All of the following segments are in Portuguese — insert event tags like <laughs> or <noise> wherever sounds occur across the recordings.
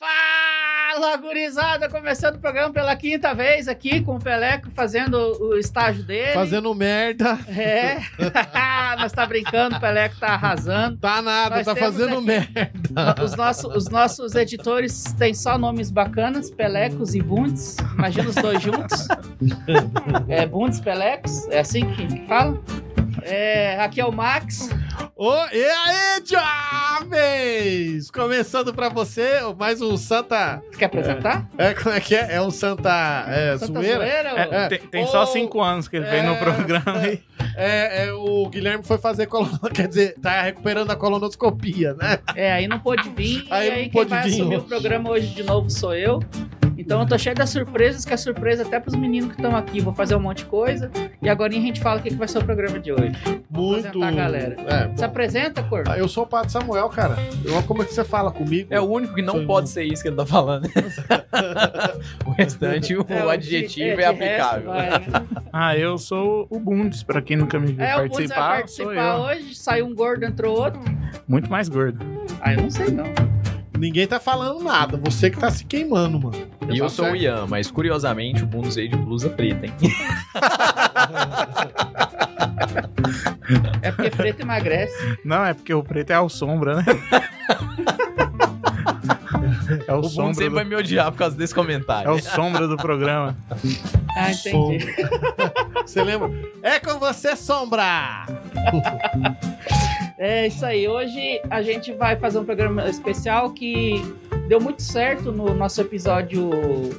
Fala, gurizada! Começando o programa pela quinta vez aqui, com o Peleco fazendo o estágio dele. Fazendo merda. <laughs> É, <laughs> nós tá brincando, o Peleco tá arrasando. Tá nada, Nós tá temos fazendo aqui- merda. Os nossos, os nossos editores têm só nomes bacanas, Pelecos e Bundes. Imagina os dois juntos. É, Bundes, Pelecos, é assim que fala. É, aqui é o Max. Ô, e aí, jovens! Começando pra você, mais um Santa. Quer apresentar? É, como é que é? É um Santa. É, Santa zoeira? ô? É, Tem, tem só Oh, Ou- cinco anos que ele vem É. no programa. e- É, é, o Guilherme foi fazer coluna, <laughs> quer dizer, tá recuperando a colonoscopia, né? É, aí não pôde vir. Aí e não aí quem pôde vai vir assumir hoje. o programa hoje de novo sou eu. Então eu tô cheio das surpresas, que é surpresa até pros meninos que estão aqui. Vou fazer um monte de coisa. E agora a gente fala o que, que vai ser o programa de hoje. Vamos Muito. apresentar a galera. É, Se apresenta, Cor. bom. Ah, eu sou o Pato Samuel, cara. Olha como é que você fala comigo. É o único que não Foi pode ser isso que ele tá falando. <laughs> o restante, o É, adjetivo de- é, de resto aplicável. vai, né? Ah, eu sou o Bundes, pra quem nunca me viu É, o Bundes vai participar, sou participar eu. hoje. Saiu um gordo, entrou outro. Muito mais gordo. Ah, eu não sei não. Ninguém tá falando nada, você que tá se queimando, mano. e eu Tá sou o certo. Ian, mas curiosamente o Bundes veio de blusa preta, hein? É porque preto emagrece. Não, é porque o preto é o <laughs> sombra, né? é o, O Bundes sombra. sempre Do, vai me odiar por causa desse é comentário. o sombra do programa. <laughs> Ah, entendi. Você lembra? É com <laughs> você, Sombra! É isso aí. Hoje a gente vai fazer um programa especial que deu muito certo no nosso episódio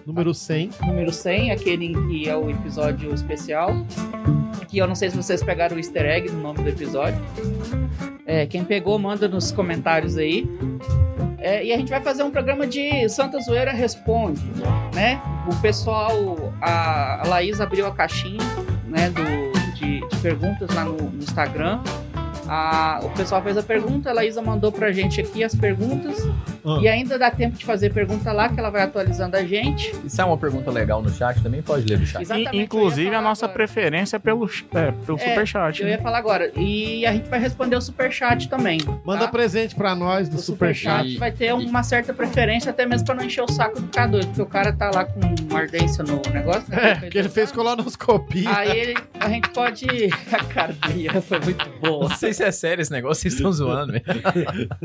Número Tá. 100. número 100, aquele que é o episódio especial. Que eu não sei se vocês pegaram o easter egg no nome do episódio. É, quem pegou, manda nos comentários aí. É, e a gente vai fazer um programa de Santa Zoeira Responde, né? O pessoal, a, a Laís abriu a caixinha, né, do, de, de perguntas lá no, no Instagram. A- o pessoal fez a pergunta, a Laísa mandou pra gente aqui as perguntas. Ah. E ainda dá tempo de fazer pergunta lá, que ela vai atualizando a gente. E se é uma pergunta legal no chat, também pode ler no chat. <laughs> Exatamente, In- eu inclusive, ia a falar nossa agora. preferência é pelo, é, pelo É, superchat. Eu né? ia falar agora. E a gente vai responder o superchat também. Manda tá? presente pra nós do O Superchat. superchat vai ter uma certa preferência, até mesmo pra não encher o saco do K2, porque o cara tá lá com uma ardência no negócio, né? assim. É, que ele fez colonoscopia. Aí ele, a gente pode. <laughs> A cara do Ian foi muito Não boa. sei se é sério esse negócio, vocês estão zoando, velho.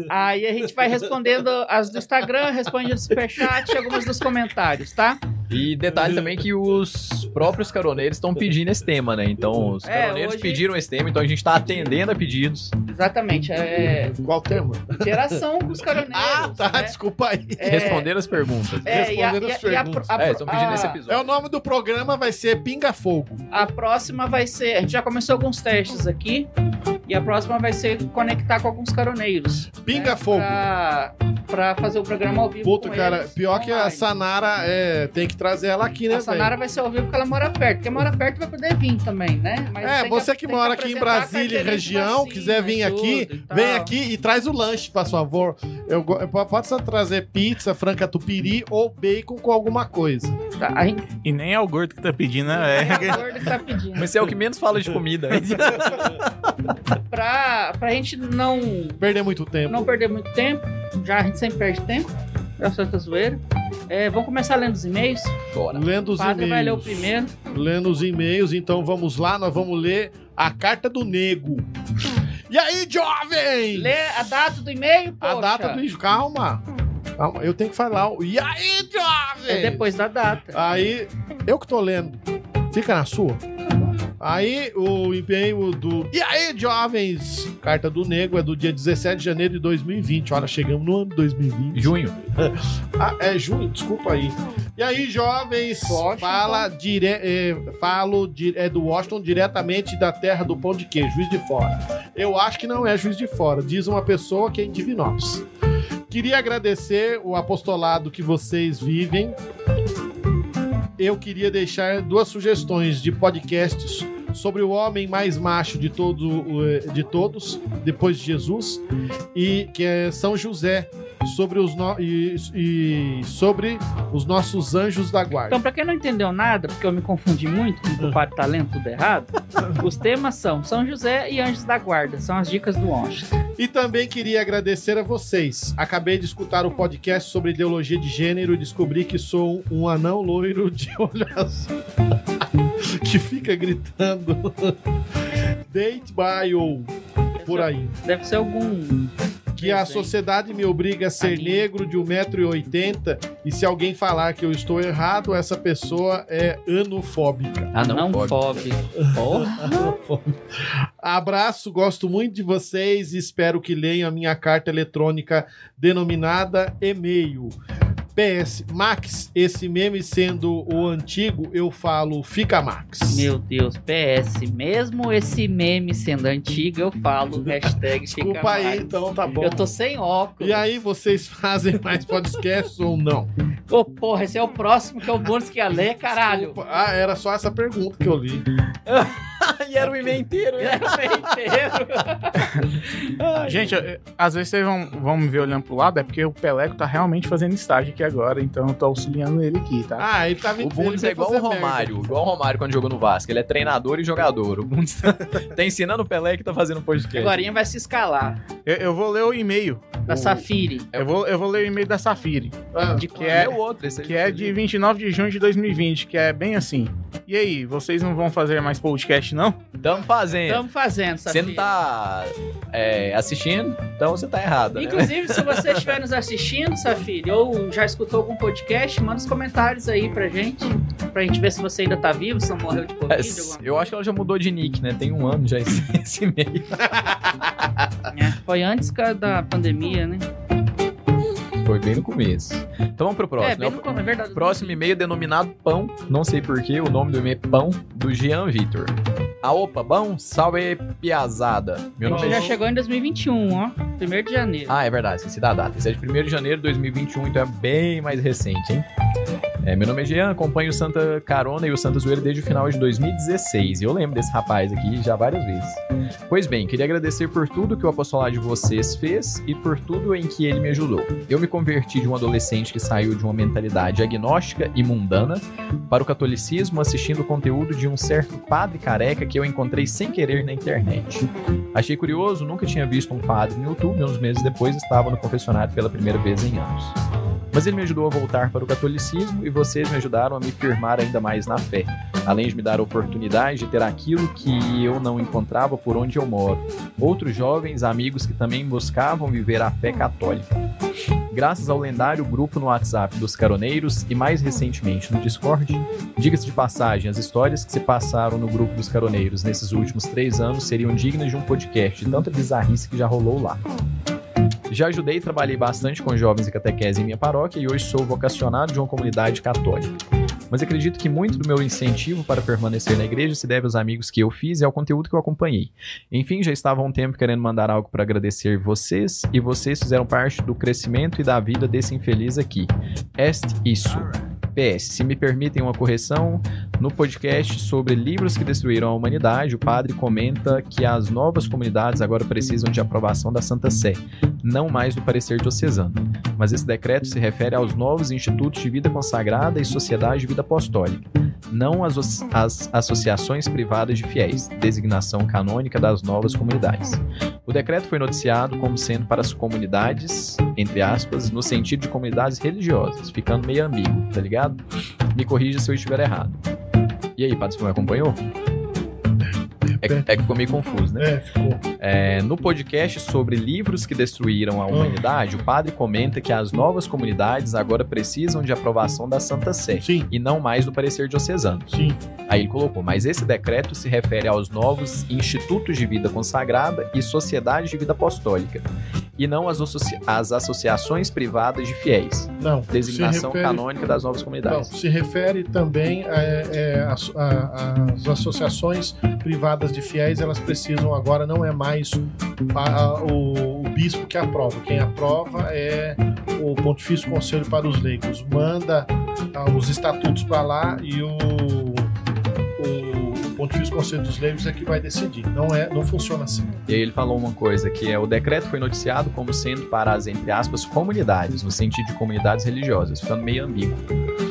Aí a gente vai respondendo as do Instagram, responde do superchat e algumas dos comentários, tá? E detalhe também que os próprios caroneiros estão pedindo esse tema, né? Então, os É, caroneiros hoje- pediram esse tema, então a gente tá atendendo a pedidos. Exatamente. É Qual tema? interação com os caroneiros. Ah, tá. né? Desculpa aí. É, Responder as perguntas. É, e a, Respondendo e a- as e a- perguntas. a- É, estão pedindo a- esse É, episódio. o nome do programa vai ser Pinga Fogo. A próxima vai ser. A gente já começou alguns testes aqui. E a próxima vai ser conectar com alguns caroneiros. Pinga Fogo. Pra, pra fazer o programa ao vivo. É, Puta, tá, com cara, eles pior que a online. Sanara é, tem que trazer ela aqui, né, A Sanara vai ser ao vivo porque ela mora perto. Quem mora perto vai poder vir também, né? Mas velho? É, tem você que, tem mora aqui em apresentar a Brasília e carteirinha de região, vacina, quiser vir tudo e aqui, tal. vem aqui e traz o lanche, por favor. Eu, go- eu- pode só trazer pizza, franca tupiri ou bacon com alguma coisa. Tá, a gente E nem é o gordo que tá pedindo, né? é É. <laughs> a gorda que tá <laughs> pedindo. Mas você é o que menos fala de comida. né? Pra, pra gente não Perder muito tempo. não perder muito tempo, já a gente sempre perde tempo, é o Santa Zoeira. É, vamos começar lendo os e-mails. Bora. Lendo O os padre vai ler o e-mails. primeiro. lendo os e-mails, então vamos lá, nós vamos ler a carta do nego. E aí, jovem? Lê a data do e-mail, poxa. a data do is- calma. Calma, eu tenho que falar. o- E aí, jovem? É depois da Ah, data. Aí eu que tô lendo. Fica na sua. Aí o e-mail do E aí, jovens? Carta do nego é do dia 17 de janeiro de 2020. Olha, chegamos no ano de 2020. Junho. Ah, é junho, desculpa aí. E aí, jovens? Washington. Fala dire... é, falo di- é, do Washington diretamente da terra do pão de queijo, juiz de fora. Eu acho que não é juiz de fora, diz uma pessoa que é em Divinópolis. Queria agradecer o apostolado que vocês vivem. Eu queria deixar duas sugestões de podcasts sobre o homem mais macho de, todo, eh, de todos, depois de Jesus, e que é São José, sobre os, no- e, e sobre os nossos anjos da guarda. Então, pra quem não entendeu nada, porque eu me confundi muito Ah. com o quadro talento tudo <laughs> errado, os temas são São José e Anjos da Guarda, são as dicas do Onche. E também queria agradecer a vocês. Acabei de escutar o podcast sobre ideologia de gênero e descobri que sou um anão loiro de <laughs> olho azul que fica gritando <laughs> date by ou por aí. Deve ser algum. Que a desenho. sociedade me obriga a ser Anime. negro de 1,80m e se alguém falar que eu estou errado, essa pessoa é anofóbica. Ah, Não, fobe. Porra. Abraço, gosto muito de vocês e espero que leiam a minha carta eletrônica denominada e-mail. PS, Max, esse meme sendo o antigo, eu falo fica Max. Meu Deus, PS, mesmo esse meme sendo antigo, eu <laughs> falo hashtag fica Desculpa aí, mais. então tá bom. Eu tô sem óculos. E aí, vocês <laughs> fazem mais podcasts ou não? Ô, porra, esse é o próximo que é o bônus que ia ler, caralho. Desculpa. Ah, era só essa pergunta que eu li. e um era o e-mail inteiro, né? <laughs> É <laughs> <laughs> feiteiro. Gente, eu- eu- às vezes vocês vão, vão me ver olhando pro lado, é porque o Peleco tá realmente fazendo estágio aqui agora, então eu tô auxiliando ele aqui, tá? Ah, ele tava O Bundes é igual o Romário, igual o Romário quando jogou no Vasco. Ele é treinador e jogador. O Bundes tá, tá ensinando o Pelé que tá fazendo podcast. Agora vai se escalar. Eu, eu vou ler o e-mail. Da O- Safiri. Eu vou, eu vou ler o e-mail da Safiri. Ah, De que que é é- o outro, esse aí que eu é falei. de 29 de junho de 2020, que é bem assim. E aí, vocês não vão fazer mais podcast, não? Tamo fazendo. Estamos fazendo, Você Safiri. não tá é, assistindo, então você tá errado. Né? Inclusive, se você estiver nos assistindo, Safiri, ou já escutou algum podcast, manda os comentários aí pra gente. Pra gente ver se você ainda tá vivo, se não morreu de <laughs> Covid. Mas alguma É, Eu acho que ela já mudou de nick, né? Tem um ano já esse, <laughs> esse e-mail. coisa, né? Foi antes ca- da pandemia, né? Foi bem no começo. Então vamos pro próximo. é, bem né? no começo, é verdade. Próximo e-mail denominado Pão, não sei porquê, o nome do e-mail é Pão, do Jean Vitor. A opa, bom, salve piazada. Meu nome Você é já chegou em 2021, ó. 1 de janeiro. Ah, é verdade, esqueci da data. Esse é de 1 de janeiro de 2021, então é bem mais recente, hein? É, meu nome é Jean, acompanho o Santa Carona e o Santa Zoeira desde o final de 2016. E eu lembro desse rapaz aqui já várias vezes. Pois bem, queria agradecer por tudo que o apostolado de vocês fez e por tudo em que ele me ajudou. Eu me converti de um adolescente que saiu de uma mentalidade agnóstica e mundana para o catolicismo assistindo o conteúdo de um certo padre careca que eu encontrei sem querer na internet. Achei curioso, nunca tinha visto um padre no YouTube e uns meses depois estava no confessionário pela primeira vez em anos. Mas ele me ajudou a voltar para o catolicismo e vocês me ajudaram a me firmar ainda mais na fé, além de me dar a oportunidade de ter aquilo que eu não encontrava por onde eu moro. Outros jovens amigos que também buscavam viver a fé católica. Graças ao lendário grupo no WhatsApp dos Caroneiros e mais recentemente no Discord, Diga-se de passagem, as histórias que se passaram no grupo dos caroneiros nesses últimos três anos seriam dignas de um podcast de tanta bizarrice que já rolou lá. Já ajudei e trabalhei bastante com jovens e catequese em minha paróquia e hoje sou vocacionado de uma comunidade católica. Mas acredito que muito do meu incentivo para permanecer na igreja se deve aos amigos que eu fiz e ao conteúdo que eu acompanhei. Enfim, já estava há um tempo querendo mandar algo para agradecer vocês e vocês fizeram parte do crescimento e da vida desse infeliz aqui. Est isso. PS, se me permitem uma correção, no podcast sobre livros que destruíram a humanidade, o padre comenta que as novas comunidades agora precisam de aprovação da Santa Sé, não mais do parecer diocesano. Mas esse decreto se refere aos novos institutos de vida consagrada e sociedade de vida apostólica, não às os- às associações privadas de fiéis, designação canônica das novas comunidades. O decreto foi noticiado como sendo para as comunidades, entre aspas, no sentido de comunidades religiosas, ficando meio ambíguo, tá ligado? Me corrija se eu estiver errado. E aí, Padre, você me acompanhou? É, que- é que ficou meio confuso, né? É, ficou. É, no podcast sobre livros que destruíram a humanidade, o padre comenta que as novas comunidades agora precisam de aprovação da Santa Sé Sim, e não mais do parecer diocesano. sim. Aí ele colocou, mas esse decreto se refere aos novos institutos de vida consagrada e sociedades de vida apostólica, e não às, associa- às associações privadas de fiéis, Não. designação se refere- canônica das novas Não, comunidades. se refere também é, às associações privadas de fiéis, elas precisam agora, não é mais a- a- o, o bispo que aprova. Quem aprova é o Pontifício Conselho para os Leigos. tá, Manda ah, os estatutos para lá e o, o, o Pontifício Conselho dos Leigos é que vai decidir. Não é, não funciona assim. E aí ele falou uma coisa, que é o decreto foi noticiado como sendo para as, entre aspas, comunidades, no sentido de comunidades religiosas, ficando meio ambíguo.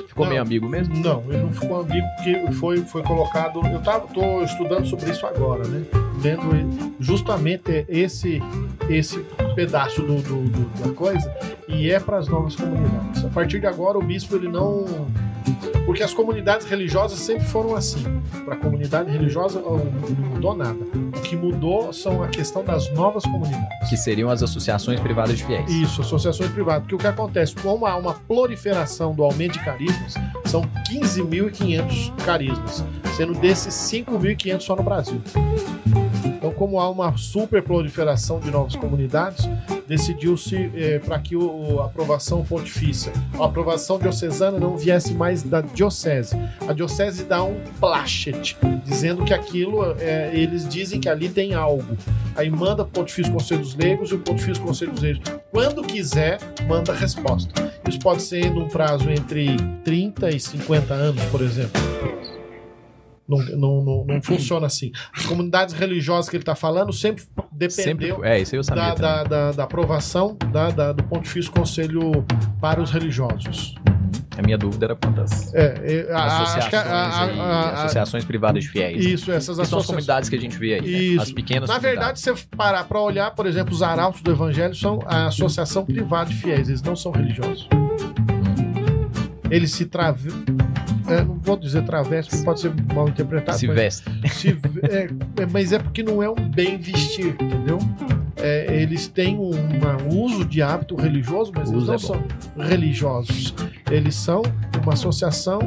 Ficou Não. meio ambíguo mesmo? Não, ele não ficou ambíguo porque foi, foi colocado. Eu tava, tô estudando sobre isso agora, né? Vendo e- justamente esse, esse pedaço do, do- do- da coisa e é para as novas comunidades. A partir de agora, o bispo ele não. Porque as comunidades religiosas sempre foram assim. Para a comunidade religiosa não, não mudou nada. O que mudou são a questão das novas comunidades. Que seriam as associações privadas de fiéis. Isso, associações privadas. Porque o que acontece? Como há uma proliferação do aumento de carismas, são 15.500 carismas, sendo desses 5.500 só no Brasil. Então, como há uma super proliferação de novas comunidades, decidiu-se eh, para que o- a aprovação pontifícia, a aprovação diocesana não viesse mais da diocese. A diocese dá um plachet, dizendo que aquilo, é, eles dizem que ali tem algo. Aí manda para o Pontifício Conselho dos Leigos e o Pontifício Conselho dos Leigos quando quiser, manda a resposta. Isso pode ser num prazo entre 30 e 50 anos, por exemplo. Não, não, não, não funciona assim. As comunidades religiosas que ele está falando sempre Sempre dependeu foi- É, isso aí eu sabia. da, também. da, da, da aprovação da, da, do Pontifício Conselho para os religiosos. Uhum. A minha dúvida era quantas É, é, a- a- acho que associações, a- a- aí, a- a- associações privadas de fiéis. né? isso, essas Que são as associações. comunidades que a gente vê aí, né? as Isso. pequenas Na verdade, se você parar para olhar, por exemplo, os arautos do Evangelho são a associação privada de fiéis, eles não são religiosos. comunidades. ele se trave... é, não vou dizer traveste, porque pode ser mal interpretado. se mas, vestem. se ve- é, é, mas é porque não é um bem vestir, entendeu? É, eles têm um uma- um uso de hábito religioso, mas O eles uso não é bom. são religiosos. Eles são uma associação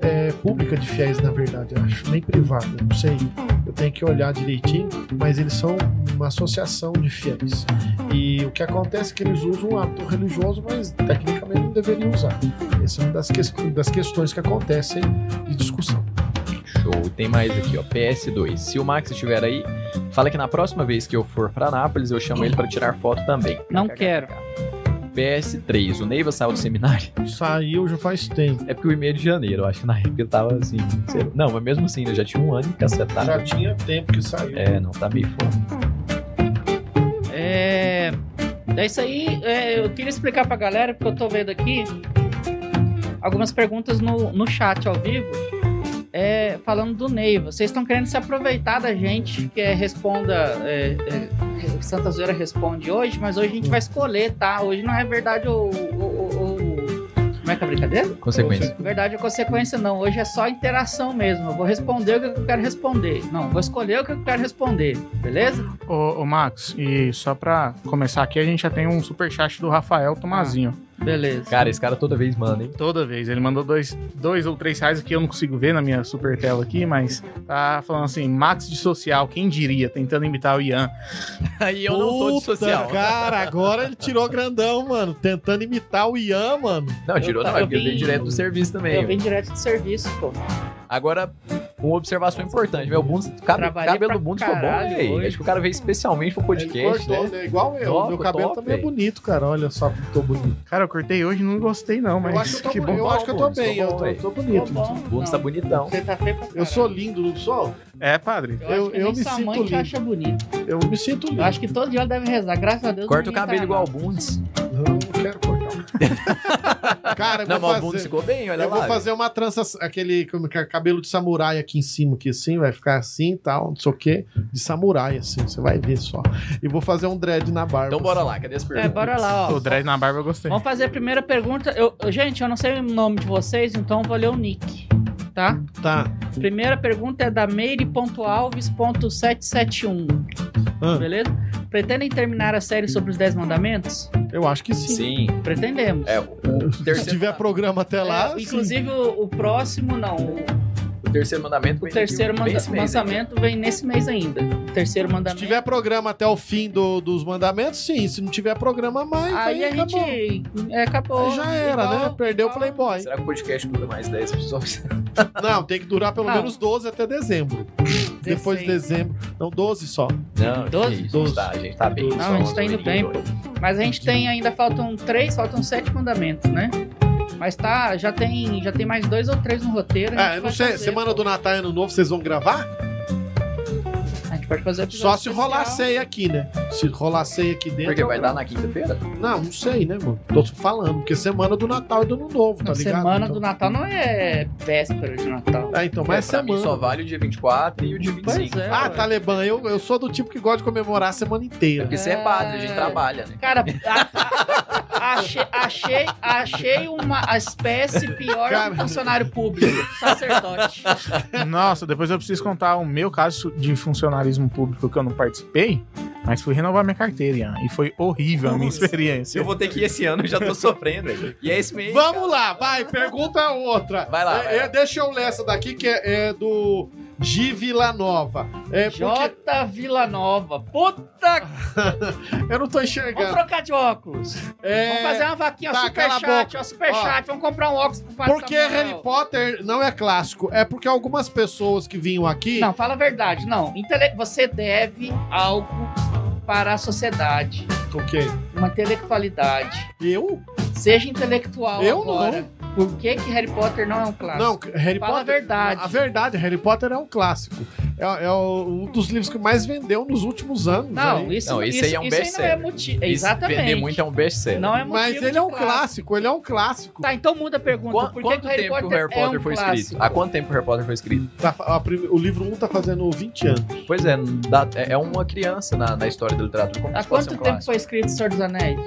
é, pública de fiéis, na verdade, eu acho. Nem privada, não sei. Eu tenho que olhar direitinho, mas eles são uma associação de fiéis. E o que acontece é que eles usam um hábito religioso, mas tecnicamente não deveriam usar. Essa é uma das, ques- das questões que acontecem de discussão. Show. Tem mais aqui, ó. PS2. Se o Max estiver aí, fala que na próxima vez que eu for pra Nápoles, eu chamo ele pra tirar foto também. Não quero. PS3. O Neiva saiu do seminário. Saiu já faz tempo. É porque o e-mail de janeiro, eu acho que na época ele tava assim. sei lá. Não, mas mesmo assim, eu já tinha um ano Já encacetado. tinha tempo que saiu. É, não, tá meio foda. É. É isso aí. é, eu queria explicar pra galera, porque eu tô vendo aqui algumas perguntas no, no chat ao vivo. é, falando do Neiva. Vocês estão querendo se aproveitar da gente, que é responda. É, é, Santa Zoeira responde hoje, mas hoje a gente vai escolher, tá? Hoje não é verdade ou. ou- ou- ou- Como é que é a brincadeira? Consequência. Verdade é consequência, não. Hoje é só interação mesmo. Eu vou responder o que eu quero responder. Não, vou escolher o que eu quero responder, beleza? Ô, ô, Max, e só pra começar aqui, a gente já tem um superchat do Rafael Tomazinho. Beleza. Cara, esse cara toda vez manda, hein? Ah, Toda vez. Ele mandou dois, dois ou três reais que eu não consigo ver na minha super tela aqui, mas tá falando assim: Max de social, quem diria? Tentando imitar o Ian. Aí eu não tô de Puta, social. Cara, agora ele tirou grandão, mano. Tentando imitar o Ian, mano. Não, tirou Eu tá- não, é eu porque eu veio vim- direto do serviço também. Eu vim direto de serviço, pô. Agora, uma observação importante, velho. O Bundes, cabe, Trabalhei cabelo pra do Bundes ficou bom, né, caralho velho. hoje. Acho que o cara veio especialmente pro Ele podcast, cortou, né? né? Igual eu. Top, Meu cabelo top, também velho. é bonito, cara. Olha só como tô bonito. Cara, eu cortei hoje e não gostei, não, mas eu acho que eu tô, que bom, bom. eu acho que eu tô Bruno, bem. tô bom, eu tô, velho. tô Tô bonito. bom. O Bundes tá não. bonitão. Você tá feio pra caralho. Eu sou lindo, não sou? É, padre. Eu, acho que eu- eu nem me sua sinto mãe te lindo. acha bonito. Eu me sinto lindo. Eu acho que todo dia ela deve rezar. Graças a Deus. tá Corta o não ia cabelo entrar, igual o não. Bundes. Não, não quero cortar. <laughs> cara, eu Não, vou mas o Bundes fazer... ficou bem, olha Eu vou lá. fazer uma trança, aquele como que é, cabelo de samurai aqui em cima, aqui assim, vai ficar assim e tal, não sei o quê, de samurai, assim, você vai ver só. E vou fazer um dread na barba. Então bora lá, cadê as perguntas? É, bora lá, ó. O dread na barba eu gostei. Vamos fazer a primeira pergunta. Eu, eu- gente, eu não sei o nome de vocês, então eu vou ler o nick. Tá? assim. Tá. Primeira pergunta é da Meire.alves.771. Ah, Beleza? Pretendem terminar a série sobre os 10 mandamentos? eu acho que sim. Sim. Pretendemos. É, o o Se terceiro, tá- tiver programa até lá. É, sim. inclusive o, o próximo, não. O, o terceiro mandamento. o vem terceiro aqui, manda- bem esse mês, hein? lançamento vem nesse mês ainda. O terceiro Se mandamento. tiver programa até o fim do- dos mandamentos, sim. Se não tiver programa mais, Aí a gente. acabou. É, acabou. Aí já era, Igual- né? Perdeu o igual- Playboy. Será que o podcast dura mais 10 episódios? Não, tem que durar pelo Não. menos 12 até dezembro. Depois de dezembro. Não, 12 só. Não, Doze? que isso, Doze. Tá, a gente tá bem. Não, só a gente uns tá indo oito, bem, oito. Mas a gente tem ainda, faltam três, faltam sete mandamentos, né? Mas tá, já tem, já tem mais dois ou três no roteiro. a Ah, gente eu não vai sei. fazer, Semana pô. do Natal e Ano Novo, vocês vão gravar? gente pode fazer episódio Só se rolar especial. ceia aqui, né? Se rolar ceia aqui dentro. Porque eu vai gravo. dar Então, na quinta-feira? Não, não sei, né, mano? Tô falando, porque semana do Natal e do Ano Novo, tá Não, ligado? semana Então- do Natal não é véspera de Natal. Ah, então, Mas mas pra mim semana. só vale o dia 24 e o dia 25. Pois é. Ah, Talibã, eu, eu sou do tipo que gosta de comemorar a semana É inteira. porque você é padre, a gente trabalha, né? Cara, a- a- achei, achei, achei uma espécie pior Cara. que funcionário público, sacerdote. Nossa, depois eu preciso contar o meu caso de funcionarismo público que eu não participei, mas fui renovar minha carteira, Ian, e foi horrível a minha Nossa. Se experiência. eu vou ter que ir esse ano, eu já tô sofrendo. velho. E é esse mês. Vamos lá, vai, pergunta outra. Vai lá, É, vai é, lá. Deixa eu ler essa daqui que é, é do G Villanova. É porque <laughs> J. Vila Nova. Puta que. eu não tô Vamos enxergando. trocar de óculos. É, Vamos fazer uma vaquinha, tá, ó, cala a superchat, boca. ó, superchat. Vamos comprar um óculos pro Padre porque Samuel. Harry Potter não é clássico. É porque algumas pessoas que vinham aqui. Não, fala a verdade. Não, Intele- você deve algo para a sociedade. O quê? Uma intelectualidade. Eu? Seja intelectual Eu não. agora. Por que, que Harry Potter não é um clássico? Não, Harry Fala a Potter. Ah, verdade. A verdade, Harry Potter é um clássico. É, é o- um dos livros que mais vendeu nos últimos anos. aí. Não, isso, Não, esse isso, aí é um isso não é best-seller. motivo. Isso Exatamente. Vender muito é um best-seller. Não é motivo Mas ele de é um clássico, ele é um clássico. Tá, então muda a pergunta. Qua- Por que quanto que o Harry tempo Potter, o Harry Potter é um foi clássico? escrito? Há quanto tempo o Harry Potter foi escrito? Tá fa- a prim- o livro 1 tá fazendo 20 anos. Pois é, dá- é é uma criança na, na história da literatura. Como Há isso pode quanto ser um tempo clássico? foi escrito o Senhor dos Anéis?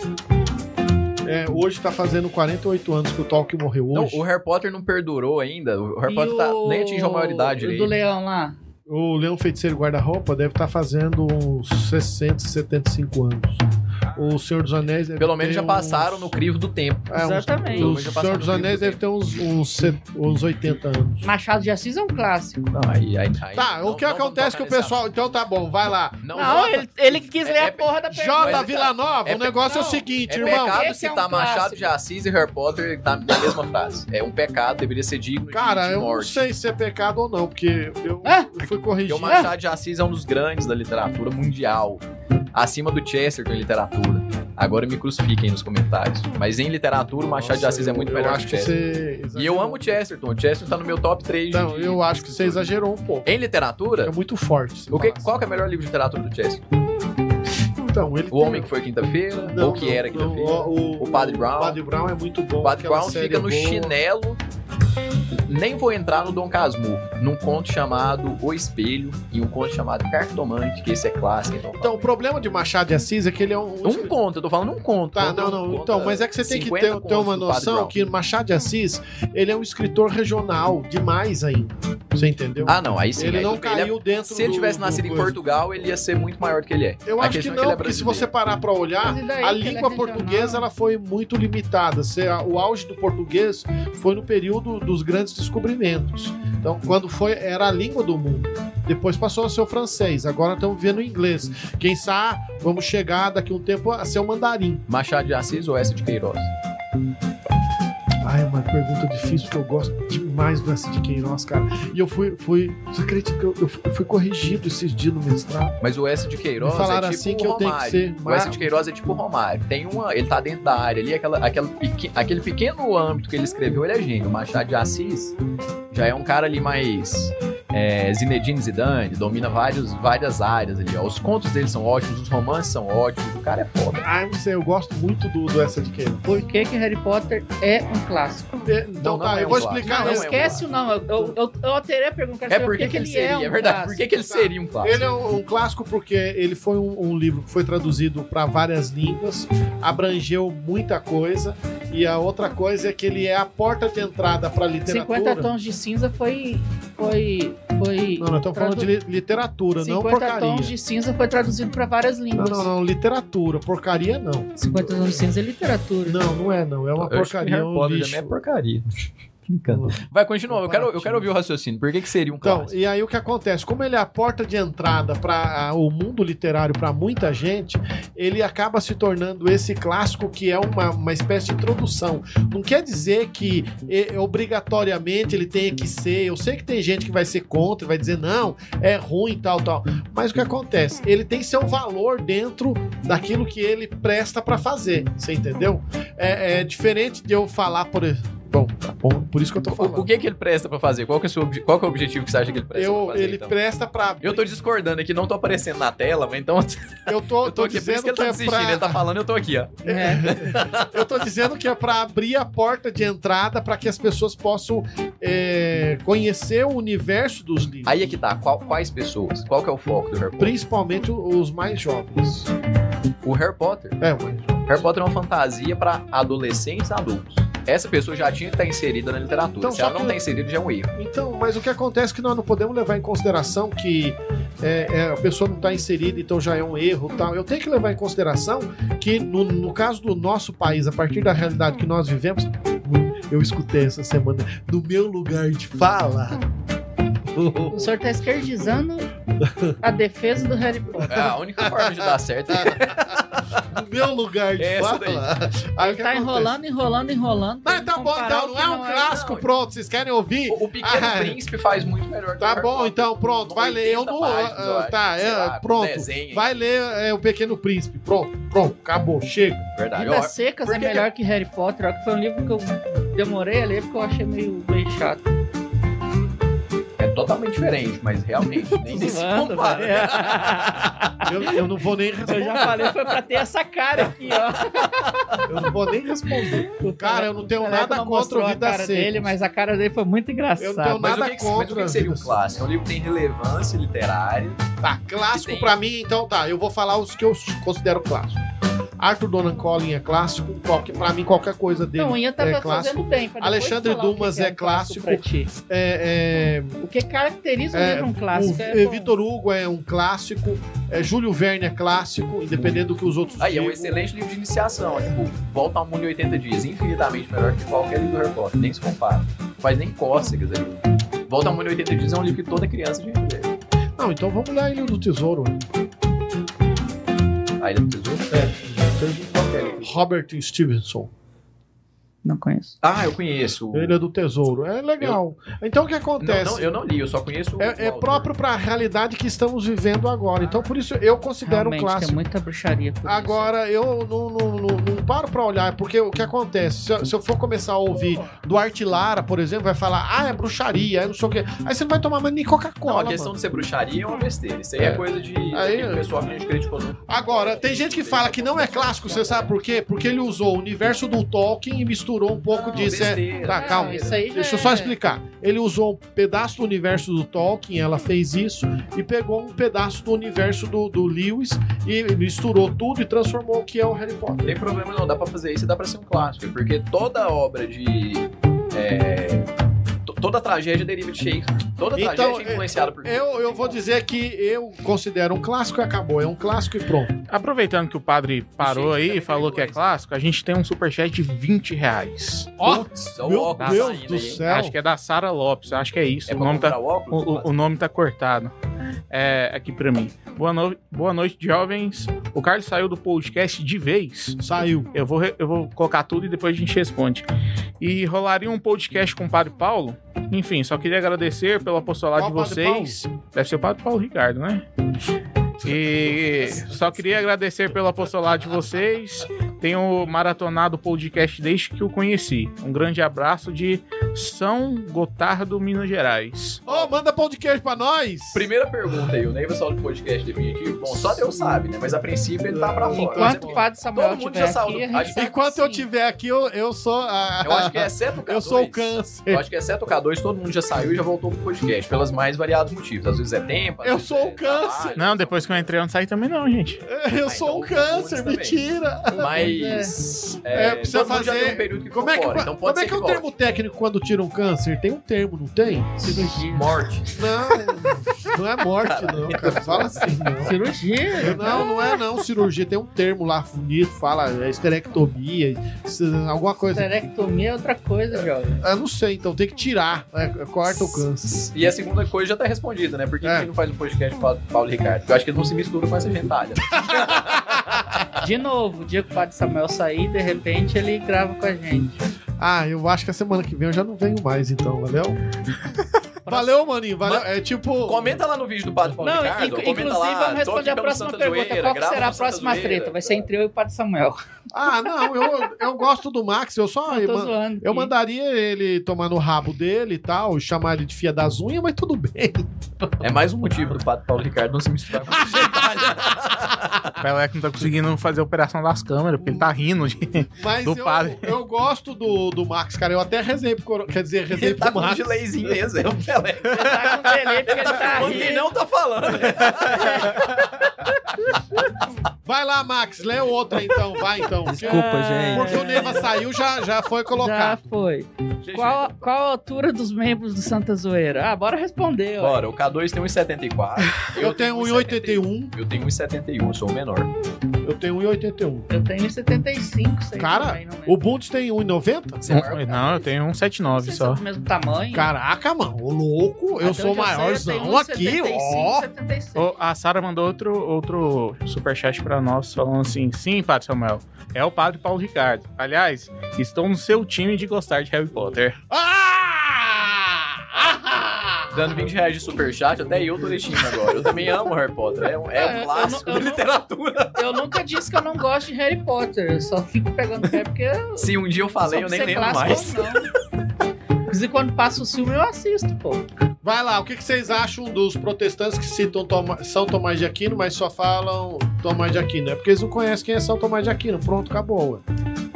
É, hoje tá fazendo 48 anos que o Tolkien morreu Não, hoje. o Harry Potter não perdurou ainda. O Harry E Potter tá- o- nem atingiu a maioridade. O direito. do leão lá. O Leão Feiticeiro Guarda-Roupa deve estar fazendo uns 60, 75 anos. O Senhor dos Anéis deve Ah. Pelo menos ter já passaram uns- no crivo do tempo. É, uns- Exatamente. Pelo O menos já passaram Senhor dos no Anéis deve crivo ter uns, uns, set- uns 80 anos. Machado de Assis é um clássico. do tempo. Não, aí- aí- aí- Tá, não- o que não vamos acontece que tocar o nesse pessoal. Então tá bom, vai lá. assunto. Não, Não, Jota, ele, ele que quis ler É- a porra da pergunta. Jota mas- Vila Nova, é- o negócio é o não, seguinte, É irmão. Esse pecado é um citar Machado clássico. de Assis e Harry Potter tá na, na mesma frase. É um pecado, deveria ser digno de- Cara, de eu não morte. sei se é pecado ou não, porque eu, Hã? eu fui Porque corrigido. o Machado de Assis é um dos grandes da literatura mundial. Acima do Chesterton em literatura. Agora me crucifiquem nos comentários. Mas em literatura, o Machado de Nossa, Assis é muito eu melhor acho que que Chesterton. você E eu amo o Chesterton. O Chesterton tá no meu top 3. Não, eu acho que você exagerou um pouco. Em literatura, É muito forte. se o que, falar qual que é o melhor livro de literatura do Chesterton? assim. Então, ele O Homem que Foi Quinta-feira? Não, Ou que não, Era não, Quinta-feira? o, O Padre Brown. O Padre Brown é muito bom. O Padre aquela Brown série é fica no boa. chinelo. Nem vou entrar no Dom Casmurro, num conto chamado O Espelho e um conto chamado Cartomante, que esse é clássico. Então, Então, o problema de Machado de Assis é que ele é um. um conto, eu tô falando um conto. Tá, Conto é não, um não. conto, Então, é mas é que você tem que 50 ter, ter uma contos do Padre noção Brown. que Machado de Assis, ele é um escritor regional demais ainda. Você entendeu? Ah, não, aí sim. ele aí não tudo bem. caiu dentro Se ele do- tivesse do nascido em coisa. Portugal, ele ia ser muito maior do que ele é. Eu A acho que questão é não, ele é porque se você brasileiro. parar pra olhar, Mas e daí a que ele é língua regional? portuguesa ela foi muito limitada. Se a- O auge do português foi no período dos grandes descobrimentos. Então, quando foi, era a língua do mundo. Depois passou a ser o francês, agora estamos vendo o inglês. Quem sabe, vamos chegar daqui a um tempo a ser o mandarim. Machado de Assis ou S de Queiroz? Ai, é uma pergunta difícil, porque eu gosto demais do S. de Queiroz, cara. E eu fui, fui você acredita que eu, eu fui, eu fui corrigido esses dias no mestrado? Mas o S de Queiroz Me falaram é tipo assim o que eu tenho que Romário. ser, O S mas- de Queiroz é tipo o Romário. Tem uma, ele tá dentro da área ali, aquela, aquela pequ- aquele pequeno âmbito que ele escreveu, ele é gênio. O Machado de Assis já é um cara ali mais é, Zinedine Zidane, domina vários, várias áreas ali. ó. Os contos dele são ótimos, os romances são ótimos, o cara é foda. Ai, não sei, eu gosto muito do, do S. de Queiroz. Por que, que Harry Potter é um clássico? É, Então Não, não tá, é eu um vou clássico. explicar. Não é um esse- Esquece o não. Eu, eu, eu, eu alterei a pergunta. quero É saber por que que ele seria, um é verdade. clássico. Por que que ele seria um clássico? Ele é um, um clássico porque ele foi um, um livro que foi traduzido para várias línguas, abrangeu muita coisa, e a outra coisa é que ele é a porta de entrada para é literatura. 50 Tons de Cinza foi. Foi. foi Não, nós estamos falando de li- literatura, não 50 porcaria. Tons de Cinza foi traduzido para várias Não, línguas. não, não, literatura, porcaria não. 50 Tons de Cinza é literatura. Não, não é não, é Eu uma acho que porcaria, é Harry um Potter lixo. também é <laughs> porcaria. Brincando. Vai, continua. Eu quero, eu quero ouvir o raciocínio. Por que, que seria um Então, clássico? e aí o que acontece? Como ele é a porta de entrada para o mundo literário para muita gente, ele acaba se tornando esse clássico que é uma, uma espécie de introdução. Não quer dizer que eh, obrigatoriamente ele tenha que ser. Eu sei que tem gente que vai ser contra, vai dizer não, é ruim, tal, tal. Mas o que acontece? Ele tem seu valor dentro daquilo que ele presta para fazer. Você entendeu? É, é diferente de eu falar, por exemplo. Bom, Bom, por isso que eu tô O, falando. o que que ele presta pra fazer? Qual que é o, seu, obje- qual que é o objetivo que você acha que ele presta eu, pra fazer, ele então? presta pra. Eu tô discordando aqui, não tô aparecendo na tela, mas então <laughs> Eu eu tô, tô tô aqui, por isso que dizendo que, ele tá é desistindo, ele tá pra. falando, eu tô aqui, ó. É. Eu tô dizendo que é pra abrir a porta de entrada pra que as pessoas possam é, conhecer o universo dos livros. Aí é que tá, qual- quais pessoas? Qual que é o foco do Harry Potter? Principalmente os mais jovens. O Harry Potter. É, mas Harry Potter é uma fantasia pra adolescentes e adultos. Essa pessoa já tinha que estar inserida na literatura. Então, Se só ela não que- tá inserida, já é um erro. Então, mas o que acontece é que nós não podemos levar em consideração que é, é, a pessoa não está inserida, então já é um erro tal. Eu tenho que levar em consideração que, no, no caso do nosso país, a partir da realidade que nós vivemos, eu escutei essa semana, no meu lugar de fala. <laughs> O senhor tá esquerdizando a defesa do Harry Potter. É, a única forma de dar certo é No meu lugar de É essa fala. daí. <laughs> Aí o que Tá acontece? enrolando, enrolando, enrolando. Não, tá bom, então, não é um clássico, não. pronto, vocês querem ouvir? O, o <laughs> Pequeno Ah, Príncipe faz muito melhor que o Tá Harry bom, Potter. então, pronto, vai ler. Eu 80 não. páginas, ah, eu acho, tá, sei é, lá, pronto. desenho. Vai ler é, O Pequeno Príncipe. Pronto, pronto, acabou, chega. Verdade. Vidas Ó, Secas por é que que- melhor que Harry Potter, ó, que foi um livro que eu demorei a ler porque eu achei meio, meio chato. É totalmente diferente, mas <laughs> realmente nem se Zoando, né? compara. né? É. velho. Eu, eu não vou <laughs> nem Eu responder. já falei, foi pra ter essa cara aqui, ó. Eu não vou nem responder. Cara, eu não tenho Peleco nada não contra mostrou o a Vida cara dele, Seca. mas a cara dele foi muito Eu não tenho engraçada. Mas Nada o que, que- mas o que contra que seria o vidas. clássico? É um livro que tem relevância literária. Tá, clássico pra mim, então tá. Eu vou falar os que eu considero clássico. Arthur Donan Collin é clássico, qualquer, pra mim qualquer coisa dele. Não, Ian tava é clássico. fazendo bem. pra depois Alexandre falar o que Dumas que um é clássico. pra ti. É, O que caracteriza um É, livro um é, clássico o- é é, bom. Vitor Hugo é um clássico. É, Júlio Verne é clássico, independente do que os outros Aí é um digam. excelente livro de iniciação. Tipo, Volta ao Mundo em 80 Dias. Infinitamente melhor que qualquer livro do Harry Potter. Nem se compara. Não Faz nem cócegas ali. Volta ao Mundo em 80 Dias é um livro que toda criança devia ler. Não, então vamos lá, Ilha do Tesouro. Aí ele precisou. Qualquer livro. Robert Stevenson. Não conheço. Ah, eu conheço. Ilha do Tesouro. É legal. Então o que Não, acontece? não, eu não li, eu só conheço o É, é autor. próprio para a realidade que estamos vivendo agora. Então, por isso, eu considero um Realmente, é tem clássico. muita bruxaria por Agora, eu não, não- não- não paro para olhar, porque o que acontece? Se eu, se eu for começar a ouvir Duarte Lara, por exemplo, vai falar, ah, é bruxaria, é não sei o quê. Aí você não vai tomar mais nem Não, Coca-Cola. a questão mano. de ser bruxaria é uma besteira. Isso aí é, É. coisa de Aí- é. Um daquele pessoal que a gente criticou. no- Agora, tem gente que fala que não é clássico, você sabe por quê? Porque ele usou o universo do Tolkien e misturou um pouco Não, disso. é- Besteira. Tá, Não, calma. Isso aí já Deixa eu só é- explicar. Ele usou um pedaço do universo do Tolkien, ela fez isso, e pegou um pedaço do universo do, do Lewis e misturou tudo e transformou o que é o Harry Não Potter. tem problema não, dá pra fazer isso e dá pra ser um clássico. Porque toda obra de. é, to- toda tragédia deriva de Shakespeare. Toda Então, tragédia é- é influenciada por. Eu, eu vou dizer que eu considero um clássico e acabou. É um clássico e pronto. Aproveitando que o padre parou Gente, aí também e falou tem que é dois. clássico, a gente tem um superchat de 20 reais. Ó, Putz, ó, o meu óculos Deus saindo do aí. céu. Acho que é da Sara Lopes, acho que é isso. É o, pra nome comprar tá, o óculos? o, o- o nome tá cortado. É, aqui pra mim. Boa, no- boa noite, jovens. O Carlos saiu do podcast de vez. Saiu. Eu vou, re- eu vou colocar tudo e depois a gente responde. E rolaria um podcast com o Padre Paulo? Enfim, só queria agradecer pelo apostolado Qual de Padre vocês. Deve ser o Padre Paulo Ricardo, né? E só queria agradecer pelo apostolado de vocês. Tenho maratonado o podcast desde que o conheci. Um grande abraço de São Gotardo, Minas Gerais. Ô, manda pão de queijo pra nós! Primeira pergunta aí, o Ney vai soltar o podcast definitivo. Bom, só Deus sabe, né? Mas a princípio ele tá pra fora. Enquanto o Mas, Padre Samuel Todo mundo tiver já saiu aqui, do- a gente acho- sabe Enquanto que eu sim. tiver aqui, eu, eu sou a... eu acho que é exceto o K2. <laughs> Eu sou o câncer. Eu acho que é exceto o K2, todo mundo já saiu e já voltou pro podcast, pelas mais variados motivos. Às vezes é tempo. às Eu vezes sou o é câncer. trabalho. Não, depois que eu entrei eu não saí também não, gente. <laughs> Eu Ah, sou um então todo mundo câncer, também. mentira! Mas. É, todo precisa mundo já fazer- tem um período que Como é que, fora, então pode como é, ser que é o volte. termo técnico quando tira um câncer? Tem um termo, não tem? Cirurgia. Morte. Não, não é morte, não, cara. Fala assim, não. Cirurgia. Não, não é não, cirurgia. Tem um termo lá bonito, fala é esterectomia, se- alguma coisa. Esterectomia é outra coisa, jovem. Eu não sei, então tem que tirar. né? Corta o câncer. E a segunda coisa já tá respondida, né? Por que, É. que ele não faz um podcast com o Paulo Ricardo? Porque eu acho que ele não se mistura com essa gentalha. De novo, o dia que o Padre Samuel sair, de repente ele grava com a gente. <laughs> Ah, eu acho que a semana que vem eu já não venho mais, então, valeu? Valeu, maninho. Valeu. É tipo. Comenta lá no vídeo do Padre Paulo Não, Ricardo. inc- comenta inclusive lá, vamos "Tô responder aqui a pelo próxima Santa pergunta. Zoeira, Qual que grava será a no Santa próxima Zoeira". treta? Vai ser entre eu e o Padre Samuel. Ah, não, eu, eu gosto do Max, eu só. <laughs> Eu Eu, tô zoando. eu aqui. mandaria ele tomar no rabo dele e tal, e chamar ele de fia das unhas, mas tudo bem. É mais um motivo do Padre Paulo Ricardo não se misturar Ah, com o Gentalha. O Pelé que não tá conseguindo fazer a operação das câmeras, porque ele tá rindo. de- Mas Do eu, padre. eu gosto do, do Max, cara. Eu até rezei pro Coro- Quer dizer, rezei Ele tá pro com um Max. gileizinho mesmo, <laughs> é o Pelé. Tá com delay porque ele tá Quando ele rindo. não tá falando. Vai lá, Max, lê outra então, vai então. Desculpa, gente. Porque o Neva saiu, já, já foi Já colocado. foi. Qual, a- qual a altura dos membros do Santa Zoeira? Ah, bora responder. ó. Bora, o K2 tem 1,74. Eu tenho 1,81. Eu tenho 1,71, sou o menor. Eu tenho 1,81. Eu tenho 75, sei Cara, também, não lembro. O Bundes tem 1,90? Você é maior é que o Não, eu K2. tenho um Vocês 179 são só. é do mesmo tamanho. Caraca, mano, ô louco, eu Até sou onde sei, eu tenho um maiorzão aqui, 75, ó. 76. Ô, a Sara mandou outro, outro superchat pra nós, falando assim: sim, Padre Samuel, é o Padre Paulo Ricardo. Aliás, estou no seu time de gostar de Harry Potter. Ah! Dando 20 reais de superchat, até eu tô deixando agora. Eu também amo Harry Potter. É um, é É, eu um clássico não- eu de não- literatura. Eu nunca disse que eu não gosto de Harry Potter. Eu só fico pegando pé porque. eu- Se um dia eu só falei, eu pra nem ser lembro clássico mais. ou não. Inclusive, quando passa o filme, eu assisto, pô. Vai lá, o que que vocês acham dos protestantes que citam Toma- São Tomás de Aquino, mas só falam Tomás de Aquino? É porque eles não conhecem quem é São Tomás de Aquino. Pronto, acabou. ué.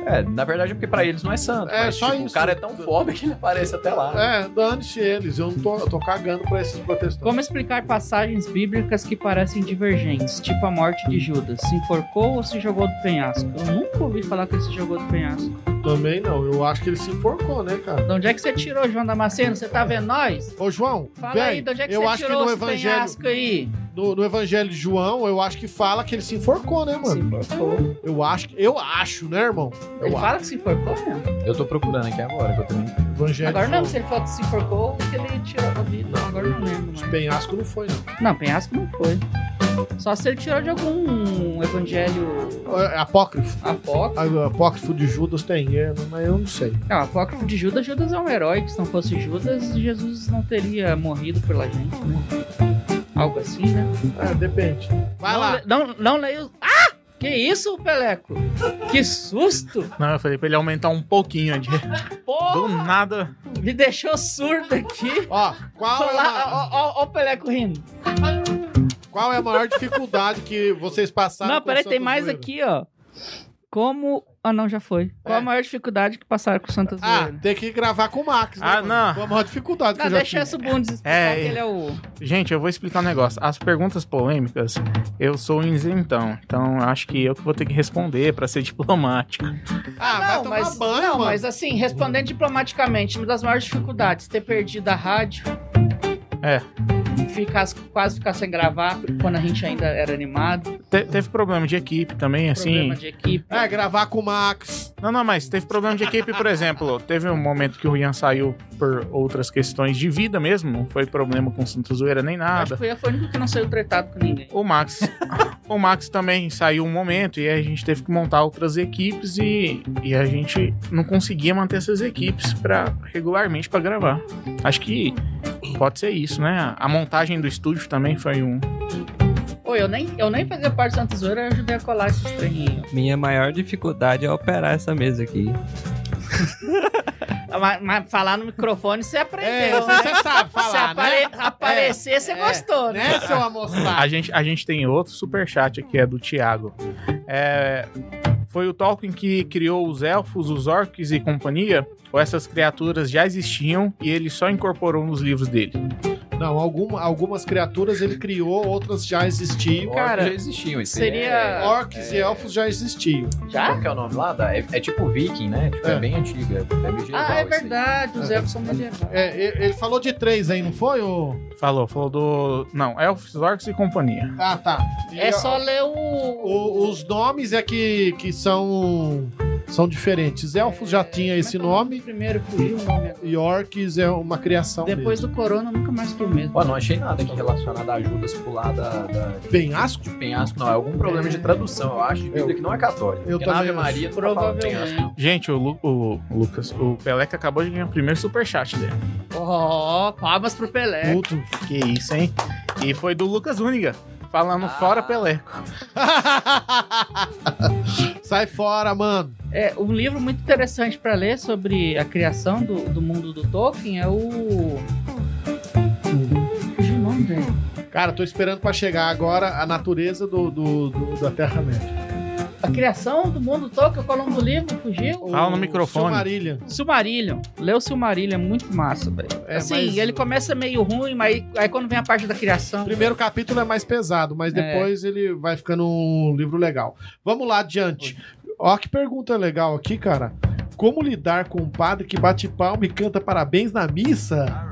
É, na verdade, é porque pra eles não é santo. É, mas, só tipo, isso. O cara é tão foda que ele aparece até Tá. lá. É, dane-se eles. Eu não tô, eu tô cagando pra esses protestantes. Como explicar passagens bíblicas que parecem divergentes, tipo a morte de Judas? Se enforcou ou se jogou do penhasco? Eu nunca ouvi falar que ele se jogou do penhasco. Também não. Eu acho que ele se enforcou, né, cara? De onde é que você tirou, João Damasceno? Você tá vendo nós? Ô, João, Fala aí, véi, de onde é que eu você acho que tirou no esse evangelho, penhasco aí? no, no evangelho de João, eu acho que fala que ele se enforcou, né, Se mano? enforcou. Eu acho, que- eu acho, né, irmão? Eu Ele acho. fala que se enforcou mesmo. Eu tô procurando aqui agora, que eu também. Evangelho Agora de não, João. se ele falou que se enforcou, que ele tirou da vida. Agora eu não lembro Os mais. penhascos não foi, não. Não, penhasco não foi. Só se ele tirou de algum evangelho É Apócrifo. apócrifo. Ah, Apócrifo de Judas tem, é, mas eu não sei. Não, apócrifo de Judas, Judas é um herói, que se não fosse Judas, Jesus não teria morrido pela gente, né? Algo assim, né? É, depende. Vai não, lá. le- Não, não leio... Ah! Que isso, Peleco? Que susto! Não, eu falei pra ele aumentar um pouquinho. <laughs> De... Do Porra! nada. Me deixou surdo aqui. Ó, qual é, a, Olha ó, ó, o Peleco rindo. qual é a maior dificuldade que vocês passaram? não, com peraí, Santa tem mais Zoeira? aqui, ó. Como. Ah, não, já foi. Qual a É. maior dificuldade que passaram com o Santa Ah, Zoeira? tem que gravar com o Max, né, Ah, mano? não. Foi a maior dificuldade que não, eu já deixa tive. esse bundes explicar É, que ele é o. Gente, eu vou explicar um negócio. As perguntas polêmicas, eu sou um isentão. Então, acho que eu que vou ter que responder pra ser <laughs> diplomático. Ah, vai tomar banho, não, mano. mas assim, respondendo diplomaticamente, uma das maiores dificuldades, ter perdido a rádio. É. Ficar, quase ficar sem gravar quando a gente ainda era animado. Te- teve problema de equipe também, assim. Problema de equipe. É, gravar com o Max. Não, não, mas teve problema de equipe, por exemplo. Teve um momento que o Ian saiu por outras questões de vida mesmo. Não foi problema com Santa Zoeira nem Acho que nada. foi, foi o único que não saiu tretado com ninguém. O Max. o Max também saiu um momento e aí a gente teve que montar outras equipes e, e a gente não conseguia manter essas equipes pra, regularmente pra gravar. Acho que pode ser isso, né? A montagem do estúdio também foi um. Oi, eu nem, eu nem fazia parte do Santa Zoeira, eu ajudei a colar esses treininhos. Minha maior dificuldade é operar essa mesa aqui. <laughs> Mas, mas falar no microfone você É, aprendeu, né? você sabe Se falar, né? apare- aparecer, você É, gostou, né? Né, seu amostrado? A gente, a gente tem outro superchat aqui, é do Thiago. É, foi o Tolkien que criou os elfos, os orcs e companhia? Ou essas criaturas já existiam e ele só incorporou nos livros dele? Não, alguma- algumas criaturas ele criou, outras já existiam. Orcs cara, já existiam. Isso seria- É... Orcs e elfos já existiam. Já? Qual que é o nome lá? Da- É, é tipo viking, né? Tipo, é. É. bem antiga. É medieval Ah, é isso aí. verdade, os elfos são medievais. É, e- ele falou de três aí, não foi? ô? Falou, falou do. Não, elfos, orcs e companhia. Ah, tá. E É a- só ler o... o- os nomes é que, que são, são diferentes. Elfos já tinha esse nome Primeiro fugiu é o nome. agora. e orcs é uma criação Depois do corona, nunca mais foi o mesmo. Ó, não achei nada aqui relacionado a ajudas pular da, da- mesmo. Penhasco? de penhasco, não. É algum problema de tradução, eu acho, de Bíblia que não é católica. eu Porque na também Ave Maria não tá falando penhasco. Provavelmente. Gente, o, Lu- o Lucas, o Peleca acabou de ganhar o primeiro superchat dele. Ó, Ó, palmas pro Pelé. Puto, que isso, hein? E foi do Lucas Úniga, falando Ah. fora Peleco. Sai fora, mano. É, um livro muito interessante pra ler sobre a criação do, do mundo do Tolkien é o. Fugiu o nome dele. Cara, tô esperando pra chegar agora a natureza do, do- do- da Terra-média. A criação do mundo do Tolkien, qual é o nome do livro? Fugiu? Fala no O microfone. Silmarillion. Silmarillion. Lê o Silmarillion, é muito massa, velho. É, assim, mas- ele começa meio ruim, mas aí, aí quando vem a parte da O criação. primeiro capítulo é mais pesado, mas É. depois ele vai ficando um livro legal. Vamos lá adiante. Ó, que pergunta legal aqui, cara. Como lidar com um padre que bate palma e canta parabéns na missa?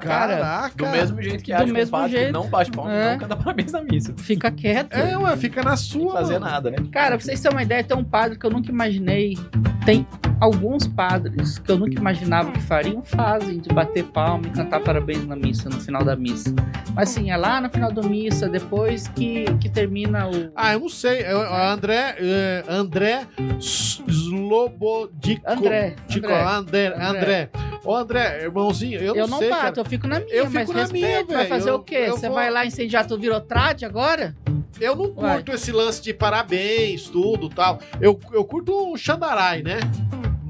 Cara, Caraca! Do mesmo jeito que Do acha um mesmo padre que jeito. não bate palma, É. não canta parabéns na missa. Fica quieto. É, ué, fica na Não sua. fazer mano. nada, né? Cara, pra vocês terem uma ideia, tem um padre que eu nunca imaginei. Tem alguns padres que eu nunca imaginava que fariam, fazem de bater palma e cantar parabéns na missa, no final da missa. Mas assim, é lá no final da missa, depois que, que termina o. Ah, eu não sei. Eu- a André. eh, André Slobodico. André. Tico, André. André, André. Ô, André, irmãozinho, eu Eu, não, não sei, bato, cara. eu fico na minha, Eu mas fico na respeito. minha, vai velho. fazer Eu- o quê? eu Você vou- vai lá incendiar, tu virou trade agora? Eu não Vai. curto esse lance de parabéns, tudo tal. Eu, eu curto um xandarai, né?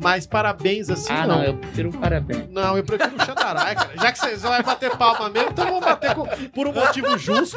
Mas parabéns assim ah, não. não, eu prefiro um parabéns. Não, eu prefiro o Xandarai, cara. Já que você vai bater palma mesmo, então vamos bater com- por um motivo justo.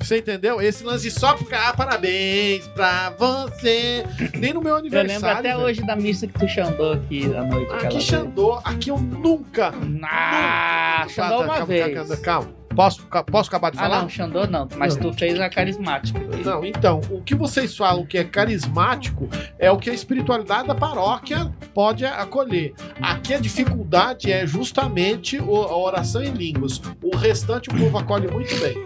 Você entendeu? Esse lance de só porque. Ah, parabéns pra você. Nem no meu Eu aniversário. lembro até velho. hoje da missa que tu xandou aqui à noite. Ah, aquela que vez. Xandô. Aqui eu nunca. Ah, nunca- xandou uma calma, vez. Calma, calma. Posso, ca- posso acabar de Ah, falar? não, Xandô não, mas tu fez a carismática. Não, então, o que vocês falam que é carismático é o que a espiritualidade da paróquia pode acolher. Aqui a dificuldade é justamente o- a oração em línguas. O restante o povo acolhe muito bem.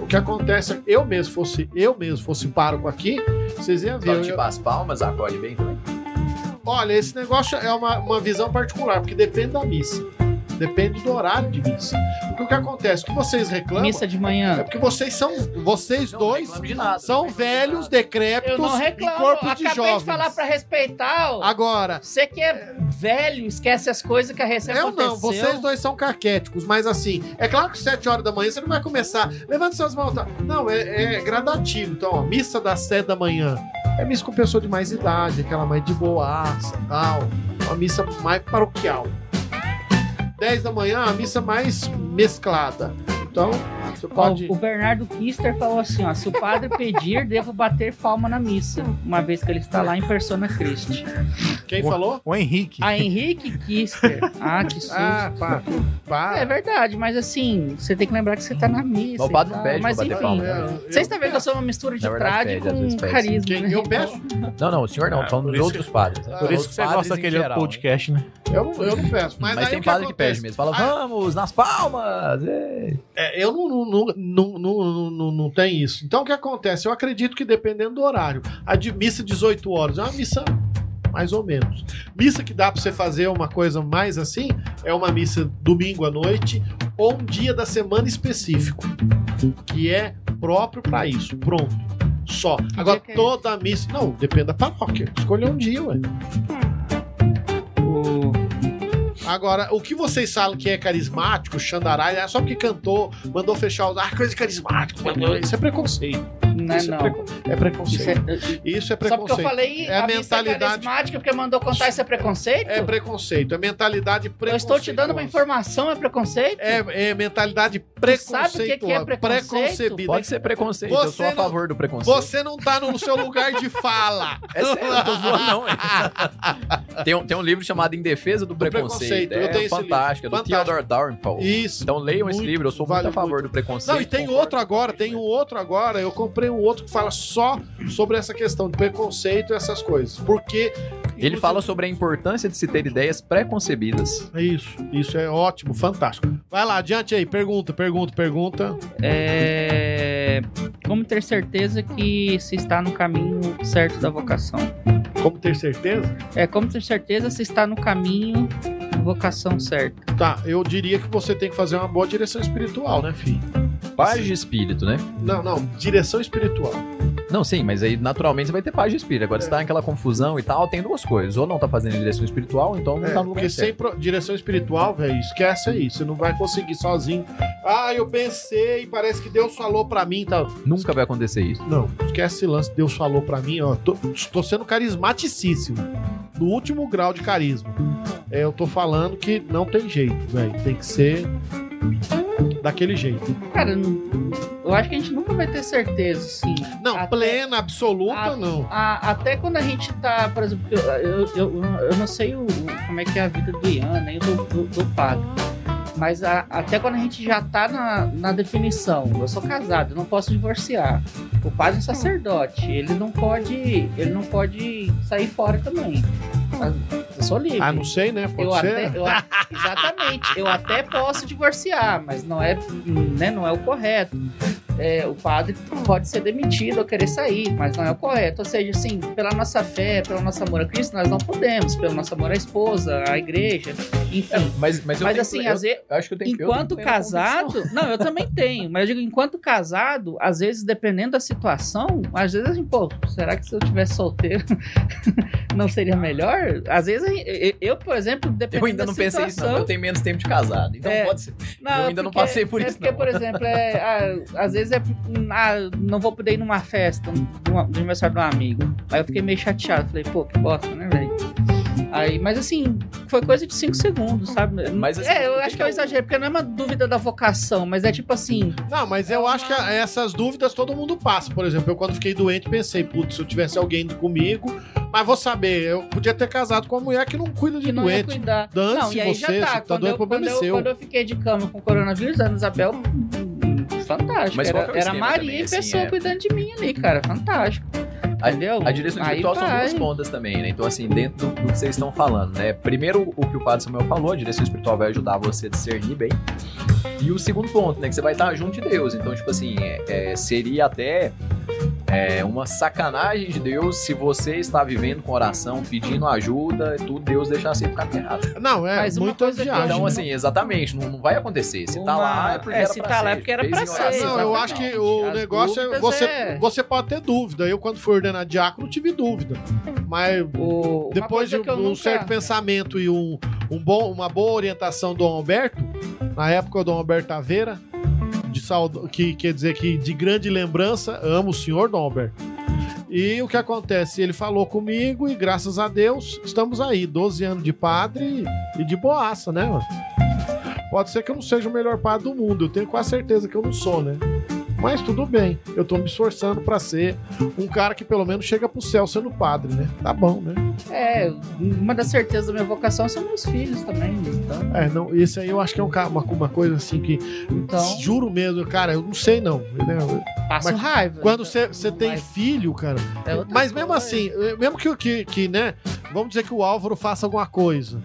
O que acontece é eu mesmo fosse, eu mesmo fosse pároco aqui, vocês Ah, iam ver. Só eu- tipo as palmas, acolhe bem também. Olha, esse negócio é uma, uma visão particular, porque depende da missa. Depende do horário de missa. Porque o que acontece? O que vocês reclamam Missa de é manhã. porque vocês são. Vocês Não dois reclamo de nada, não são reclamo de velhos, nada. Eu decrépitos não e reclamo, corpos É de acabei jovens. de falar pra respeitar. ó. Agora, Você que é velho, esquece as coisas que a recém eu aconteceu. não, vocês dois são caquéticos, mas assim, é claro que 7 horas da manhã você não vai começar, levando suas mãos. tá? Não, é, é gradativo. Então, ó, missa das 7 da manhã é missa com pessoa de mais idade, aquela mais de boaça e tal. Uma missa mais paroquial. 10 da manhã, a missa mais mesclada. Então, você Ó, pode. O Bernardo Kister falou assim: ó, se o padre pedir, devo bater palma na missa, uma vez que ele está lá em Persona Christi. Quem falou? O Henrique. A Henrique Kister. Ah, que susto. Ah, pá, pá. É verdade, mas assim, você tem que lembrar que você tá na missa. Mas o padre e não tal, pede pra mas bater enfim. palma. né? Vocês estão vendo que eu sou uma mistura de Na verdade, trade pede, às vezes com pede. carisma. Quem né? eu Então, peço? Não, não, o senhor não, Ah, tô falando por dos isso- outros padres. por Por Ah, Os isso que você padres gosta em daquele geral, outro podcast, né? Eu não, eu não peço. Mas, Mas, aí tem o padre que acontece? pede mesmo. Fala, Ah, vamos, nas palmas! é." é, eu não, não, não, não, não, não, não tem isso. Então o que acontece? Eu acredito que dependendo do horário. A de missa 18 horas é uma missa mais ou menos. Missa que dá pra você fazer uma coisa mais assim é uma missa domingo à noite ou um dia da semana específico, que é próprio pra isso. Pronto. Só. Agora dia que é toda a missa, não, depende da paróquia. Escolher um dia, ué. o- Agora, o que vocês falam que é carismático, Xandarai, é só porque cantou, mandou fechar os. Ah, coisa de carismático. mandou- Isso é preconceito. Não é isso É, não. precon- é preconceito. Isso Isso é- Só é, porque eu preconceito. falei É a a missa é mentalidade. carismática porque mandou contar isso é preconceito? É preconceito. É mentalidade preconceituosa. eu estou te dando uma informação, é preconceito? É, é mentalidade sabe o que que é preconceituosa. preconceito? Preconcebida. Pode ser preconceito, eu sou Você a não- favor do preconceito. Você não tá no seu lugar de fala. É sério, eu não tô zoando, não. <laughs> é. tem, um, tem um livro chamado Em Defesa do, Preconceito. Preconceito, eu tenho É esse fantástico, é do Fantástico. Theodore Darwin Isso. Então leiam esse Muito, livro, eu sou vale muito a favor muito. do preconceito. Não, e tem concordo outro agora, tem um completamente. outro agora. Eu comprei um outro que fala só sobre essa questão de preconceito e essas coisas. Porque. Ele fala sobre a importância de se ter ideias preconcebidas. É Isso, isso é ótimo, fantástico. Vai lá, adiante aí, pergunta, pergunta, pergunta. É, Como ter certeza que se está no caminho certo da vocação? Como ter certeza? É como ter certeza se está no caminho vocação certa. Tá, eu diria que você tem que fazer uma boa direção espiritual, né, filho? Paz de espírito, né? Não, não, direção espiritual. Não, sim, mas aí naturalmente você vai ter paz de espírito. É. Agora, se tá naquela confusão e tal, tem duas coisas. Ou não tá fazendo direção espiritual, ou então não É, tá no porque lugar sem certo. pro- direção espiritual, velho, esquece aí. Você não vai conseguir sozinho. Ah, eu pensei, parece que Deus falou pra mim tá? e tal. Nunca vai acontecer isso. Não, esquece esse lance. Deus falou pra mim, ó. Tô, tô sendo carismaticíssimo. No último grau de carisma. É, eu tô falando que não tem jeito, velho. Tem que ser daquele jeito. Cara, não- eu acho que a gente nunca vai ter certeza, assim. sim. Não, Até- plena, absoluta, Ah, não. A- até quando a gente tá, por exemplo, eu, eu, eu, eu não sei o, o- como é que é a vida do Ian, nem do, do, do Fábio. Mas a- até quando a gente já tá na, na definição, eu sou casado, eu não posso divorciar. O padre é sacerdote, ele não pode. Ele não pode sair fora também. Eu sou livre. Ah, não sei, né? Pode Eu ser. até, eu a- exatamente. Eu até posso divorciar, mas não é, né, não é o correto. É, o padre pode ser demitido ou querer sair, mas não é o correto. Ou seja, assim, pela nossa fé, pelo nosso amor a Cristo, nós não podemos. Pelo nosso amor à esposa, à igreja, enfim. É, Mas, mas, eu Mas tenho- assim, eu, às vezes, eu acho que eu tenho eu tenho enquanto plena <laughs> convicção. casado, não, eu também tenho, mas eu digo, enquanto casado, às vezes, dependendo da situação, às vezes, assim, pô, será que se eu tivesse solteiro <laughs> não seria melhor? Às vezes, eu- eu, por exemplo, dependendo Eu ainda não da situação, pensei isso, não. Eu tenho menos tempo de casado. Então É. pode ser. não, Eu é ainda não porque- passei por é isso, Porque, não. por exemplo, é, ah, às vezes é. Ah, não vou poder ir numa festa de uma- do aniversário de um amigo. Aí eu fiquei meio chateado. Falei, pô, que bosta, né, velho? Aí, mas assim, foi coisa de 5 segundos, sabe? Mas, assim, é, o eu que acho que que eu é o- exagero, porque não é uma dúvida da vocação, mas é tipo assim. Não, mas eu acho que a- essas dúvidas todo mundo passa. Por exemplo, eu quando fiquei doente pensei, putz, se eu tivesse alguém comigo, mas vou saber, eu podia ter casado com uma mulher que não cuida de que não é tipo, ia doente. cuidar. Dane-se não, e aí já você, tá. se tá quando doendo, eu, problema quando, é eu, seu. quando eu fiquei de cama com coronavírus, a Ana Isabel, hum, fantástico. Mas qual era que é o era esquema Maria também, e assim, pessoa é? cuidando de mim ali, cara. Fantástico. A- Entendeu? A direção Aí espiritual são vai. duas pontas também, né? Então, assim, dentro do, do que vocês estão falando, né? Primeiro, o que o Padre Samuel falou, a direção espiritual vai ajudar você a discernir bem. E o segundo ponto, né? Que você vai estar junto de Deus. Então, tipo assim, é- é, seria até é, uma sacanagem de Deus se você está vivendo com oração, pedindo ajuda, e tudo, Deus deixar você ficar errado. Não, é Mas uma muita coisa que eu viagem. Então, né? assim, exatamente, não, não vai acontecer. Se tá Uma- lá, é porque é, era se pra tá ser. lá é porque era Fez pra em ser. oração, Não, Exatamente. eu tá acho que legal. o As negócio é dúvidas você, é- você pode ter dúvida. Eu, quando fui ordenar diácono, tive dúvida. Mas O- uma depois coisa de um, que eu nunca- certo pensamento e um, um bom, uma boa orientação do Alberto, na época o Dom Alberto Taveira, de saud... que quer dizer que de grande lembrança, amo o senhor Dom Alberto. E o que acontece? Ele falou comigo e graças a Deus estamos aí, 12 anos de padre e de boaça, né, mano? Pode ser que eu não seja o melhor padre do mundo, eu tenho quase certeza que eu não sou, né? Mas tudo bem, eu tô me esforçando pra ser um cara que pelo menos chega pro céu sendo padre, né? Tá bom, né? É, uma das certezas da minha vocação são meus filhos também. Então, É, não, esse aí eu acho que é um ca- uma, uma coisa assim que. então Juro mesmo, cara, eu não sei não. né? passo mas raiva. Quando você você tem Mas filho, cara. é outra Mas mesmo coisa. assim, mesmo que, o- que, que, né? Vamos dizer que o Álvaro faça alguma coisa.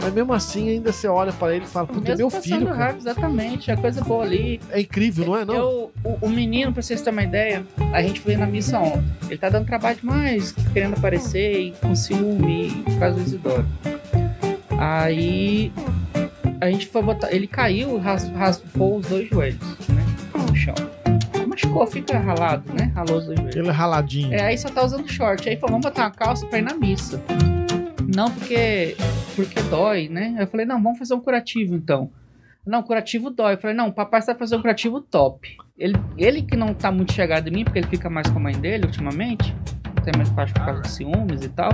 Mas mesmo assim, ainda você olha pra ele e fala, puta, é Mesmo meu passando filho, cara, raiva, exatamente. É coisa boa ali. é incrível, não é? Não? Eu, o, o menino, pra vocês terem uma ideia, a gente foi na missa ontem. Ele tá dando trabalho demais, querendo aparecer, e com ciúme, e por causa do Isidoro. Aí a gente foi botar. Ele caiu, ras- raspou os dois joelhos, né? No chão. Machucou, fica ralado, né? Ralou os dois joelhos. Ele é raladinho. É, aí só tá usando short. Aí falou, vamos botar uma calça pra ir na missa. Não, porque, porque dói, né? Aí Eu falei, não, vamos fazer um curativo então. Não, curativo dói. Eu falei, não, o papai sabe fazer um curativo top. Ele, ele que não tá muito chegado em mim, porque ele fica mais com a mãe dele ultimamente. Não tem mais parte por causa de ciúmes e tal.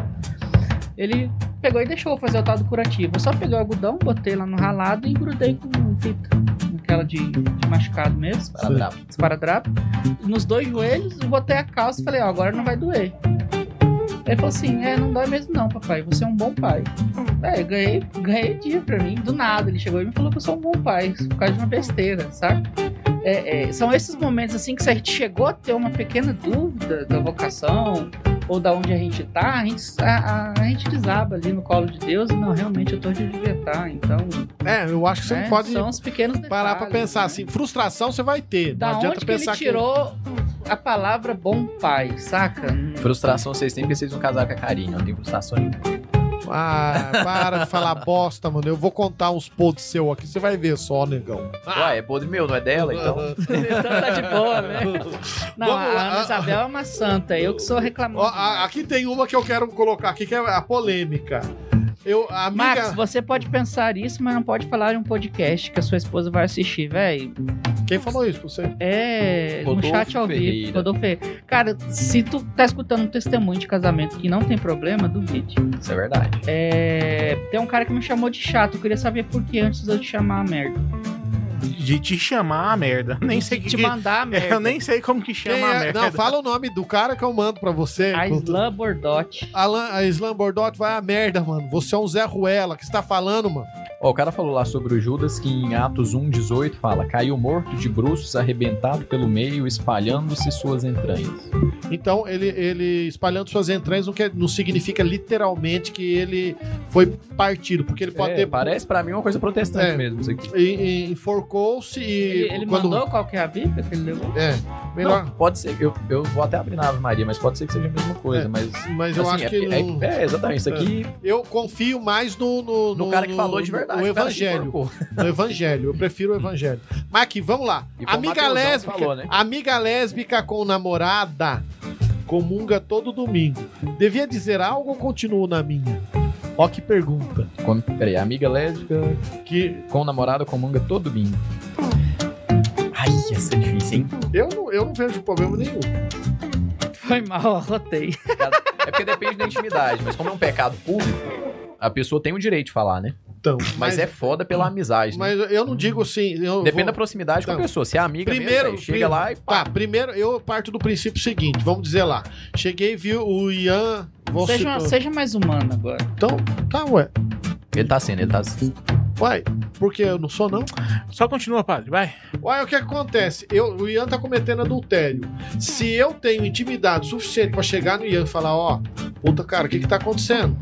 Ele pegou e deixou eu fazer o tal do curativo. Eu só peguei o algodão, botei lá no ralado e grudei com fita. Aquela de, de machucado mesmo Tá bravo. esparadrapo, nos dois joelhos, eu botei a calça e falei, ó, agora não vai doer. Ele falou assim, é, não dói mesmo não, papai, você é um bom pai. É, eu ganhei, ganhei dia pra mim, do nada. Ele chegou e me falou que eu sou um bom pai, por causa de uma besteira, sabe? É, é, são esses momentos assim que se a gente chegou a ter uma pequena dúvida da vocação ou da onde a gente tá, a gente, a, a- a gente desaba ali no colo de Deus e não, realmente eu tô de libertar, então. É, eu acho que você né, não pode são os pequenos parar pra detalhes, pensar né? assim. Frustração você vai ter. Da não adianta onde que pensar ele tirou a palavra bom pai, saca? Frustração vocês têm porque vocês não casaram com a Karine, não tem frustração nenhuma. Ah, para de falar bosta, mano. Eu vou contar uns podres seu aqui, você vai ver só, negão. Ah, Ué, é podre meu, não é Uhum. dela, então. Então tá de boa, né? <laughs> Não, Vamos a lá, Ana a- Isabel é uma santa. Eu que sou reclamando. Ó, a- aqui tem uma que eu quero colocar aqui, que é a polêmica. Eu, a amiga... Max, você pode pensar isso, mas não pode falar em um podcast que a sua esposa vai assistir, velho. Quem falou isso pra você? É um Rodolfo chat ao vivo. Ferreira. Rodolfo Ferreira. Cara, se tu tá escutando um testemunho de casamento que não tem problema, duvide. Isso é verdade. É, tem um cara que me chamou de chato. Eu queria saber por que antes de eu te chamar a merda. De te chamar a merda. Nem sei de que, te <laughs> que- mandar a merda. Eu nem sei como que chama Quem a é? merda. Não, fala o nome do cara que eu mando pra você. A Islã Bordotti. Alan, a Islam Bordotti vai a merda, mano. Você é um Zé Ruela que está falando, mano. Ó, o cara falou lá sobre o Judas que em Atos 1,18 fala: caiu morto de bruços, arrebentado pelo meio, espalhando-se suas entranhas. Então, ele, ele espalhando suas entranhas não, quer- não significa literalmente que ele foi partido, porque ele pode É, ter. Parece pra mim uma coisa protestante É. mesmo isso aqui. e- e Enforcou-se e. Ele, ele Tipo, quando- mandou qual que é a Bíblia que ele <laughs> levou? É, melhor. Não, pode ser, eu, eu vou até abrir na Ave Maria, mas pode ser que seja a mesma coisa, É, mas. Mas eu assim, acho é, que. é- não- é, exatamente. Isso aqui Eu confio mais no. No, no cara que falou de verdade. O o cara se evangelho. enforcou. No evangelho. Eu prefiro o evangelho. Mas aqui, vamos lá. E foi o Amiga Mateusão que lésbica. falou, né? Amiga lésbica com namorada comunga todo domingo. Devia dizer algo ou continuo na minha? Ó que pergunta. Como- Peraí, amiga lésbica Que com namorada comunga é todo domingo. Hum. Ai, essa é difícil, hein? eu não, eu não vejo problema nenhum. Foi mal, rotei. É porque depende da intimidade, mas como é um pecado público, a pessoa tem o direito de falar, né? Então, Mas, é foda pela amizade. né? hum, Mas eu não digo assim. eu Depende da vou- proximidade com Então, a pessoa. Se é amiga primeiro- mesmo, aí chega primeiro- lá e pá. Tá, primeiro eu parto do princípio seguinte, vamos dizer lá. Cheguei, vi o Ian. Vou Seja, um citar- seja mais humano agora. Então, tá, ué. Ele tá sendo, ele tá sendo. Uai, porque eu não sou, não? Só continua, padre, vai. Olha o que acontece. Eu, o Ian tá cometendo adultério. Se eu tenho intimidade suficiente pra chegar no Ian e falar, ó, puta cara, o que que tá acontecendo?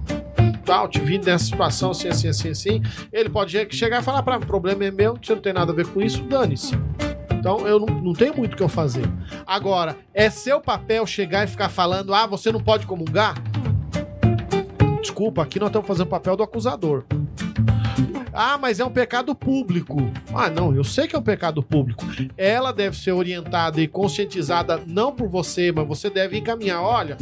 Tal, te vi nessa situação assim, assim, assim, assim. Ele pode che- chegar e falar pra mim, o problema é meu, você não tem nada a ver com isso, dane-se. Então eu não, não tenho muito o que eu fazer. Agora, é seu papel chegar e ficar falando, ah, você não pode comungar? Desculpa, aqui nós estamos fazendo o papel do acusador. Ah, mas é um pecado público. Ah, não, eu sei que é um pecado público. Ela deve ser orientada e conscientizada não por você, mas você deve encaminhar. Olha,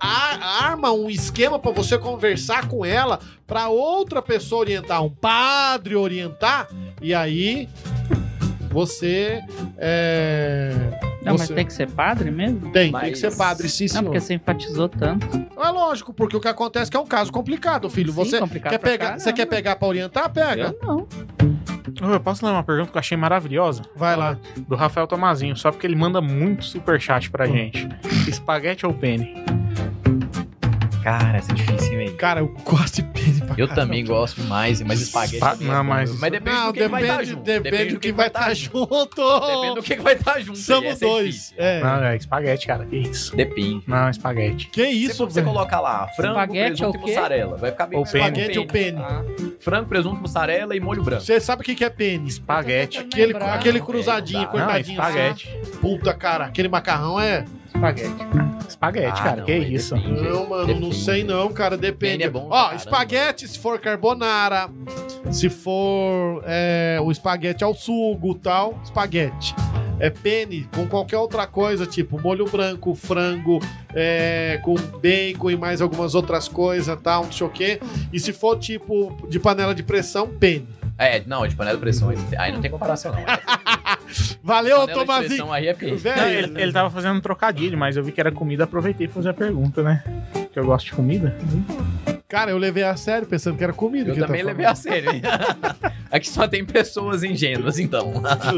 a- arma um esquema para você conversar com ela, para outra pessoa orientar, um padre orientar, e aí você é, Não, mas Você- tem que ser padre mesmo? tem, tem que Mas- ser padre, sim, Não, senhor. porque você enfatizou tanto. É lógico, porque o que acontece é que é um caso complicado, filho. Sim, Você complicado quer pra pegar, caramba. você quer pegar para orientar, pega. Eu não. Ô, Eu posso ler uma pergunta que eu achei maravilhosa? Vai lá. Do Rafael Tomazinho, só porque ele manda muito superchat pra gente. Espaguete ou pene? Cara, isso é difícil, hein, velho. Cara, eu gosto de pene pra Eu caramba. também gosto demais, mas espaguete. Espa- também é não, bom. mas- mas depende Não, do que que vai estar depende, junto. depende do que vai estar junto. tá Depende do que que vai estar junto. aí, Somos essa é dois. difícil. É. Não, é espaguete, cara. Que isso? Depende. Não, espaguete. Que Isso, Se isso, for pra você velho? colocar lá frango, Espaguete presunto é e o quê? mussarela, vai ficar bem Ou mais pene. Espaguete ou pene? Ah, Frango, presunto, mussarela e molho branco. Você sabe o que que é pene? Espaguete. Não Aquele, lembrava. aquele cruzadinho, Não, Não, é, cortadinho. assim. espaguete. Puta, cara, aquele macarrão é... espaguete. Espaguete, Ah, cara. não, que aí isso? depende. Não, mano, não Depende. sei não, cara, depende. Pene é bom pra Ó, caramba. espaguete se for carbonara, se for é, o espaguete ao sugo tal, espaguete. É pene com qualquer outra coisa, tipo molho branco, frango, é, com bacon e mais algumas outras coisas tal, não sei o quê. E se for tipo de panela de pressão, pene. É, não, de panela de pressão. aí não tem- Aí não tem comparação, não. Valeu, panela de Tomazinho! pressão aí é peixe. Velho, Não, ele, ele tava fazendo um trocadilho, mas eu vi que era comida, aproveitei pra fazer a pergunta, né? Que eu gosto de comida. Cara, eu levei a sério pensando que era comida. Eu que ele tá também falando. levei a sério, hein? <laughs> Aqui só tem pessoas ingênuas, então.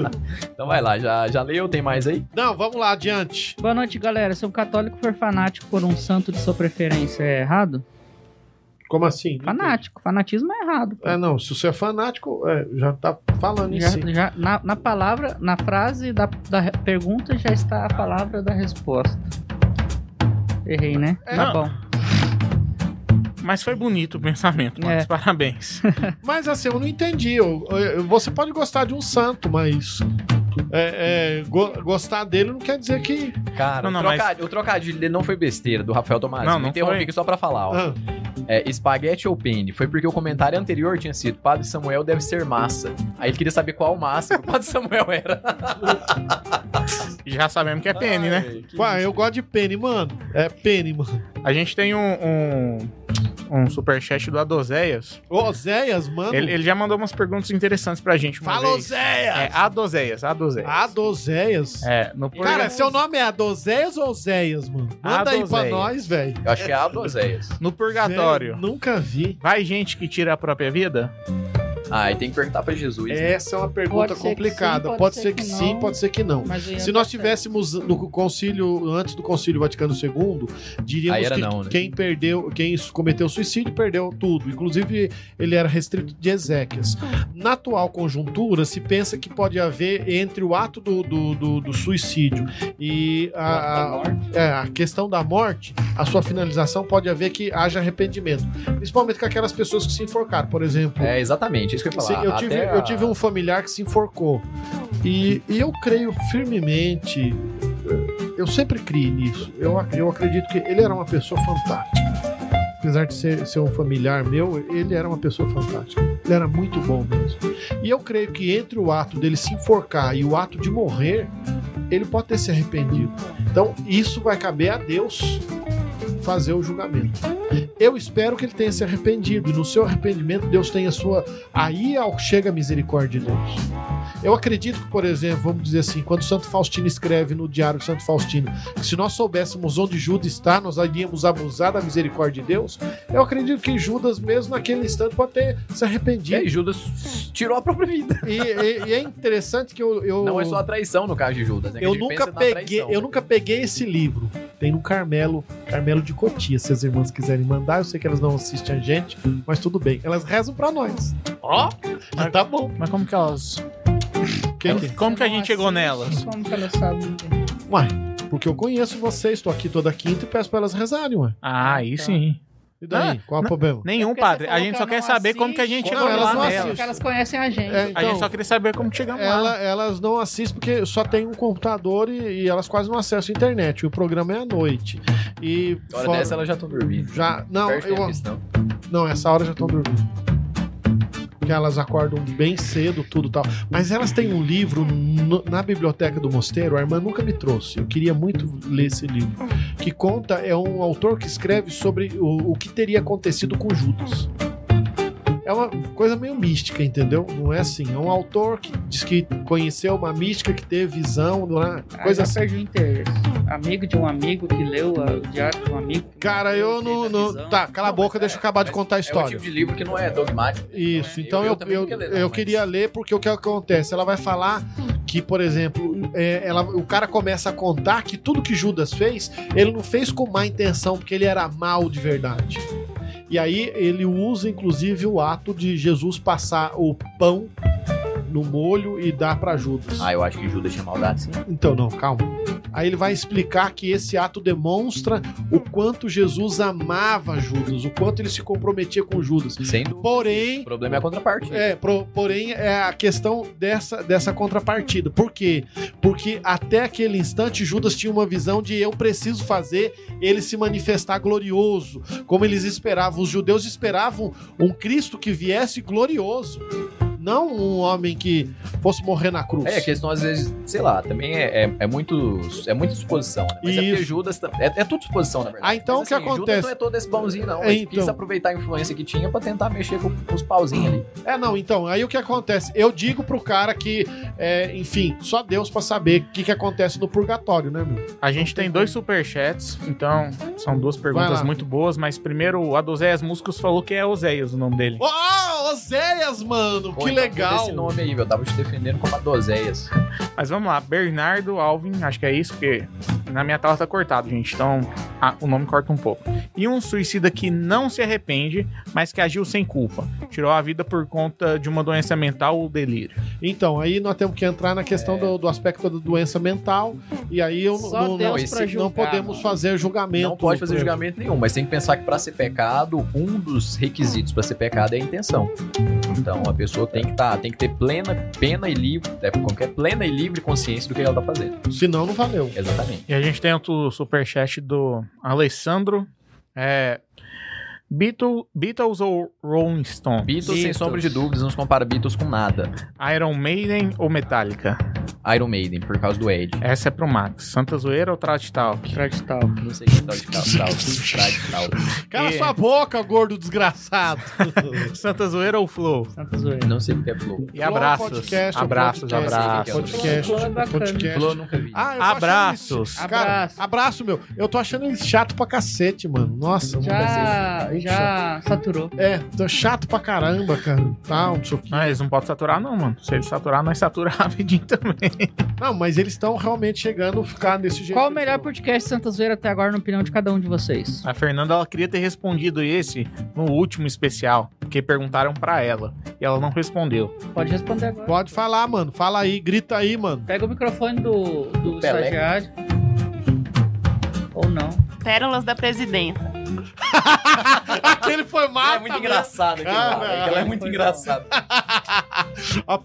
<laughs> então vai lá, já, já leu, tem mais aí? Não, vamos lá, adiante. Boa noite, galera. Se um católico for fanático por um santo de sua preferência, é errado? Como assim? Fanático. Fanatismo é errado. pô. É, não, se você é fanático, é, já tá falando em Já- né? si. já- na, na palavra, na frase da, da re- pergunta já está a palavra da resposta. Errei, né? É. tá Não. bom. Mas foi bonito o pensamento, É. Max. <laughs> Parabéns. Mas assim, eu não entendi. eu- eu- você pode gostar de um santo, mas. é, é, go- gostar dele não quer dizer que. Cara, Não, não, o, trocadilho, o trocadilho dele não foi besteira, do Rafael Tomás. Não, Me não interrompi foi. aqui só pra falar, ó. Ah, É, espaguete ou penne? Foi porque o comentário anterior tinha sido Padre Samuel deve ser massa. Aí ele queria saber qual massa que o Padre <laughs> Samuel era. Já sabemos que é Ah, pene, né? Ai, que Ué, eu gosto de pene, mano. É pene, mano. A gente tem um, um, um superchat do Adozeias. Ô, Oséias, mano. Ele, ele já mandou umas perguntas interessantes pra gente. Uma Fala, vez. É, Oséias! Adozeias, Adozeias. Adozeias? É, no Ah. Cara, seu nome é Adozeias ou Oséias, mano? Manda aí pra Adozeias. nós, velho. Eu acho que é Abdozeias. No purgatório. Velho, Nunca vi. Vai gente que tira a própria vida? Ah, e tem que perguntar pra Jesus. né? Essa é uma pergunta Pode ser que complicada. sim, pode, ser que, sim, não. pode ser que não. Mas eu ia Se nós dar tivéssemos no concílio, antes do concílio Vaticano II, diríamos Aí era que não, né? quem perdeu, quem cometeu suicídio perdeu tudo. Inclusive, ele era restrito de exéquias. Na atual conjuntura, se pensa que pode haver entre o ato do, do, do- do suicídio e a, é, a questão da morte, a sua finalização pode haver que haja arrependimento. Principalmente com aquelas pessoas que se enforcaram, por exemplo. É, exatamente, isso que eu ia Sim, falar. eu, tive, Até a- eu tive um familiar que se enforcou. E, e eu creio firmemente. Eu sempre criei nisso. Eu, ac- eu acredito que ele era uma pessoa fantástica. Apesar de ser, ser um familiar meu, ele era uma pessoa fantástica. Ele era muito bom mesmo. E eu creio que entre o ato dele se enforcar e o ato de morrer, ele pode ter se arrependido. Então, isso vai caber a Deus fazer o julgamento. Eu espero que ele tenha se arrependido. E no seu arrependimento, Deus tenha sua Aí é o que chega a misericórdia de Deus. Eu acredito que, por exemplo, vamos dizer assim, quando Santo Faustino escreve no Diário de Santo Faustino que se nós soubéssemos onde Judas está, nós iríamos abusar da misericórdia de Deus. Eu acredito que Judas, mesmo naquele instante, pode ter se E aí, arrependido. Judas tirou a própria vida. E, e- e é interessante que eu. eu Não é só a traição no caso de Judas, né? Que a eu gente nunca pensa na peguei, traição, né? eu nunca peguei esse livro. Tem no Carmelo, Carmelo de Cotia. Se as irmãs quiserem mandar, eu sei que elas não assistem a gente, mas tudo bem. Elas rezam pra nós. Ó, tá bom. Mas como que elas. É Quem que- certo. Como que a Não gente chegou assiste, nelas? Como que elas sabem? Uai, porque eu conheço vocês, estou aqui toda quinta e peço pra elas rezarem, ué. Ah, Então. aí sim. E daí? Ah, qual é o problema? Nenhum, porque padre. você A falou gente que só eu quer não saber como assisto. que a gente Não, chegou elas lá não nela. Porque elas conhecem a gente. É, A gente então, só queria saber como chegamos lá. ela- elas não assistem porque só tem um computador e, e elas quase não acessam a internet. O programa é à noite. E Hora fora- dessa, elas já estão dormindo. já não, Perde eu- tempo isso, não. não, essa hora já estão dormindo. Porque elas acordam bem cedo, tudo tal. Mas elas têm um livro no- na biblioteca do mosteiro, a irmã nunca me trouxe. Eu queria muito ler esse livro. Que conta, é um autor que escreve sobre o, o que teria acontecido com Judas. É uma coisa meio mística, entendeu? Não é assim. É um autor que diz que conheceu uma mística que teve visão, não é? Ah, coisa já assim. perdi o interesse. Amigo de um amigo que leu ah, o diário de um amigo. que Cara, leu, eu teve não. a não- visão. Tá, cala a Não, boca, mas deixa eu é- acabar de mas contar a É o história. tipo de livro que não é dogmático. Isso, Eu- então eu eu, também eu, não eu, queria ler, não, mas- queria ler porque o que acontece? Ela vai falar que, por exemplo, é, ela, o cara começa a contar que tudo que Judas fez, ele não fez com má intenção, porque ele era mal de verdade. E aí ele usa, inclusive, o ato de Jesus passar o pão no molho e dar para Judas. Ah, eu acho que Judas tinha maldade, sim. Então, não, calma. Aí ele vai explicar que esse ato demonstra o quanto Jesus amava Judas, o quanto ele se comprometia com Judas. Sem dúvida. Porém, O problema é a contraparte. é, pro- porém, é a questão dessa, dessa contrapartida. Por quê? Porque até aquele instante Judas tinha uma visão de eu preciso fazer ele se manifestar glorioso, como eles esperavam. Os judeus esperavam um Cristo que viesse glorioso, não um homem que fosse morrer na cruz. É, a questão às vezes, sei lá, também é, é, é muito, é muita suposição, né? Mas é Isso. porque Judas... tam- É, é tudo suposição, na verdade. Ah, então Mas, o que acontece? Judas não é todo esse bonzinho, não. É, Ele quis então. aproveitar a influência que tinha pra tentar mexer com, com os pauzinhos ali. É, não, então, aí o que acontece? Eu digo pro cara que, é, enfim, só Deus pra saber o que, que acontece no purgatório, né, meu? A gente tem dois superchats, então são duas Vai perguntas lá. muito boas, mas primeiro o Adozeias Músicos falou que é Oséias o nome dele. Ó, Oséias, mano, Ou que então muda legal. Esse nome aí, velho. Eu tava te defendendo como a Dozeias. Mas vamos lá, Bernardo Alvin, acho que é isso, porque na minha tela tá cortado, gente, então ah, o nome corta um pouco. E um suicida que não se arrepende, mas que agiu sem culpa. Tirou a vida por conta de uma doença mental ou delírio. Então, aí nós temos que entrar na questão do, do aspecto da doença mental. E aí eu Só não, não, Deus esse pra não julgar. né? podemos mano. fazer julgamento. Não pode fazer por exemplo. julgamento nenhum, mas tem que pensar que pra ser pecado, um dos requisitos pra ser pecado é a intenção. Então a pessoa tem que tá, tem que ter plena pena e livre, é, como que é? plena e livre consciência do que ela tá fazendo. Senão não valeu. Exatamente. E a gente tem outro superchat do Alessandro. É, Beatles, Beatles ou Rolling Stone? Beatles, sem Beatles. sombra de dúvidas, não se compara Beatles com nada. Iron Maiden ou Metallica? Iron Maiden, por causa do Ed. Essa é pro Max. Santa Zoeira ou Trash Talk? Trash Talk. Não sei é que tal de tal, tal, de tal, tal. Cala E- sua boca, gordo <laughs> desgraçado. Santa Zoeira ou Flow? Santa zoeira. Não sei o que é Flow. E Flow abraços. podcast, é um abraços, podcast, abraços. Podcast, Flow é bacana. podcast. Flow eu nunca vi. Ah, eu tô achando Abraços. isso- Cara, Abraço. abraço, meu. Eu tô achando ele chato pra cacete, mano. Nossa, Já, mano. já saturou. É, tô chato pra caramba, cara. Tá, não sei o quê. Ah, eles não podem saturar, não, mano. Se eles saturar, nós saturamos <laughs> rapidinho também. Não, mas eles estão realmente chegando a ficar desse jeito. Qual o melhor podcast de Santa Zoeira até agora, na opinião de cada um de vocês? A Fernanda, ela queria ter respondido esse no último especial, porque perguntaram pra ela. E ela não respondeu. Pode responder agora. Pode falar, mano. Fala aí, grita aí, mano. Pega o microfone do, do Pelé. estagiário. Ou não. Pérolas da Presidenta. Aquele foi Ela é tá mata, muito engraçado aquele Cara, lá, velho, que Ela é muito Ah, foi engraçada. A Cara, que ela é muito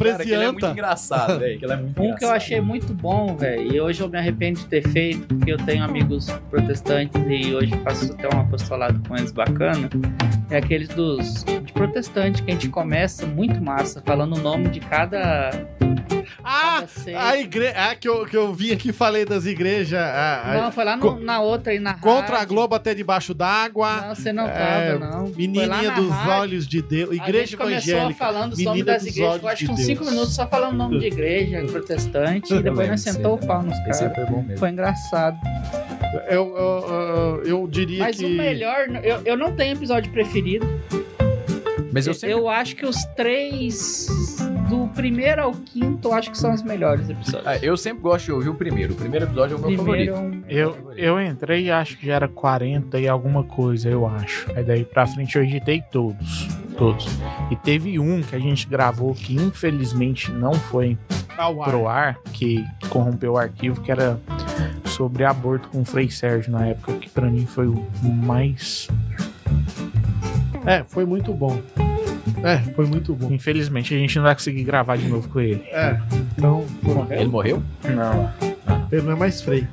presianta. engraçada, velho. que ela é muito Um que eu engraçada. achei muito bom, velho, e hoje eu me arrependo de ter feito, porque eu tenho amigos protestantes e hoje faço até um apostolado com eles bacana, é aqueles dos de protestante que a gente começa muito massa, falando o nome de cada, Ah, cada seita. a igreja. Ah, que eu, que eu vim aqui e falei das igrejas. ah, ah, Não, foi lá no- Co- na outra aí na contra a rádio. Globo até debaixo d'água. Não, você não tava, É, não. Foi lá Menininha na dos rádio, olhos de Deus. a Igreja gente começou evangélica. falando os Menina nomes das dos igrejas, olhos eu acho de que uns Deus. 5 minutos só falando o nome de <laughs> igreja, protestante, e depois nós lembro, sentou sim. o pau nos Esse é caras. foi bom mesmo. Foi engraçado. Eu, eu, eu, eu diria Mas que. o melhor, eu, eu não tenho episódio preferido. Mas eu Eu, sempre. acho que os três, do primeiro ao quinto, eu acho que são os melhores episódios. ah, eu sempre gosto de ouvir o primeiro. O primeiro episódio é o meu primeiro favorito. é um. Eu, eu entrei e acho que já era 40 e alguma coisa, eu acho. Aí daí pra frente eu editei todos. Todos. E teve um que a gente gravou que infelizmente não foi tá Ao ar. pro ar, que corrompeu o arquivo, que era sobre aborto com o Frei Sérgio na época, que pra mim foi o mais. É, foi muito bom. É, foi muito bom. Infelizmente a gente não vai conseguir gravar de novo com ele. É, então Ele morreu? Não. ele não é mais freio.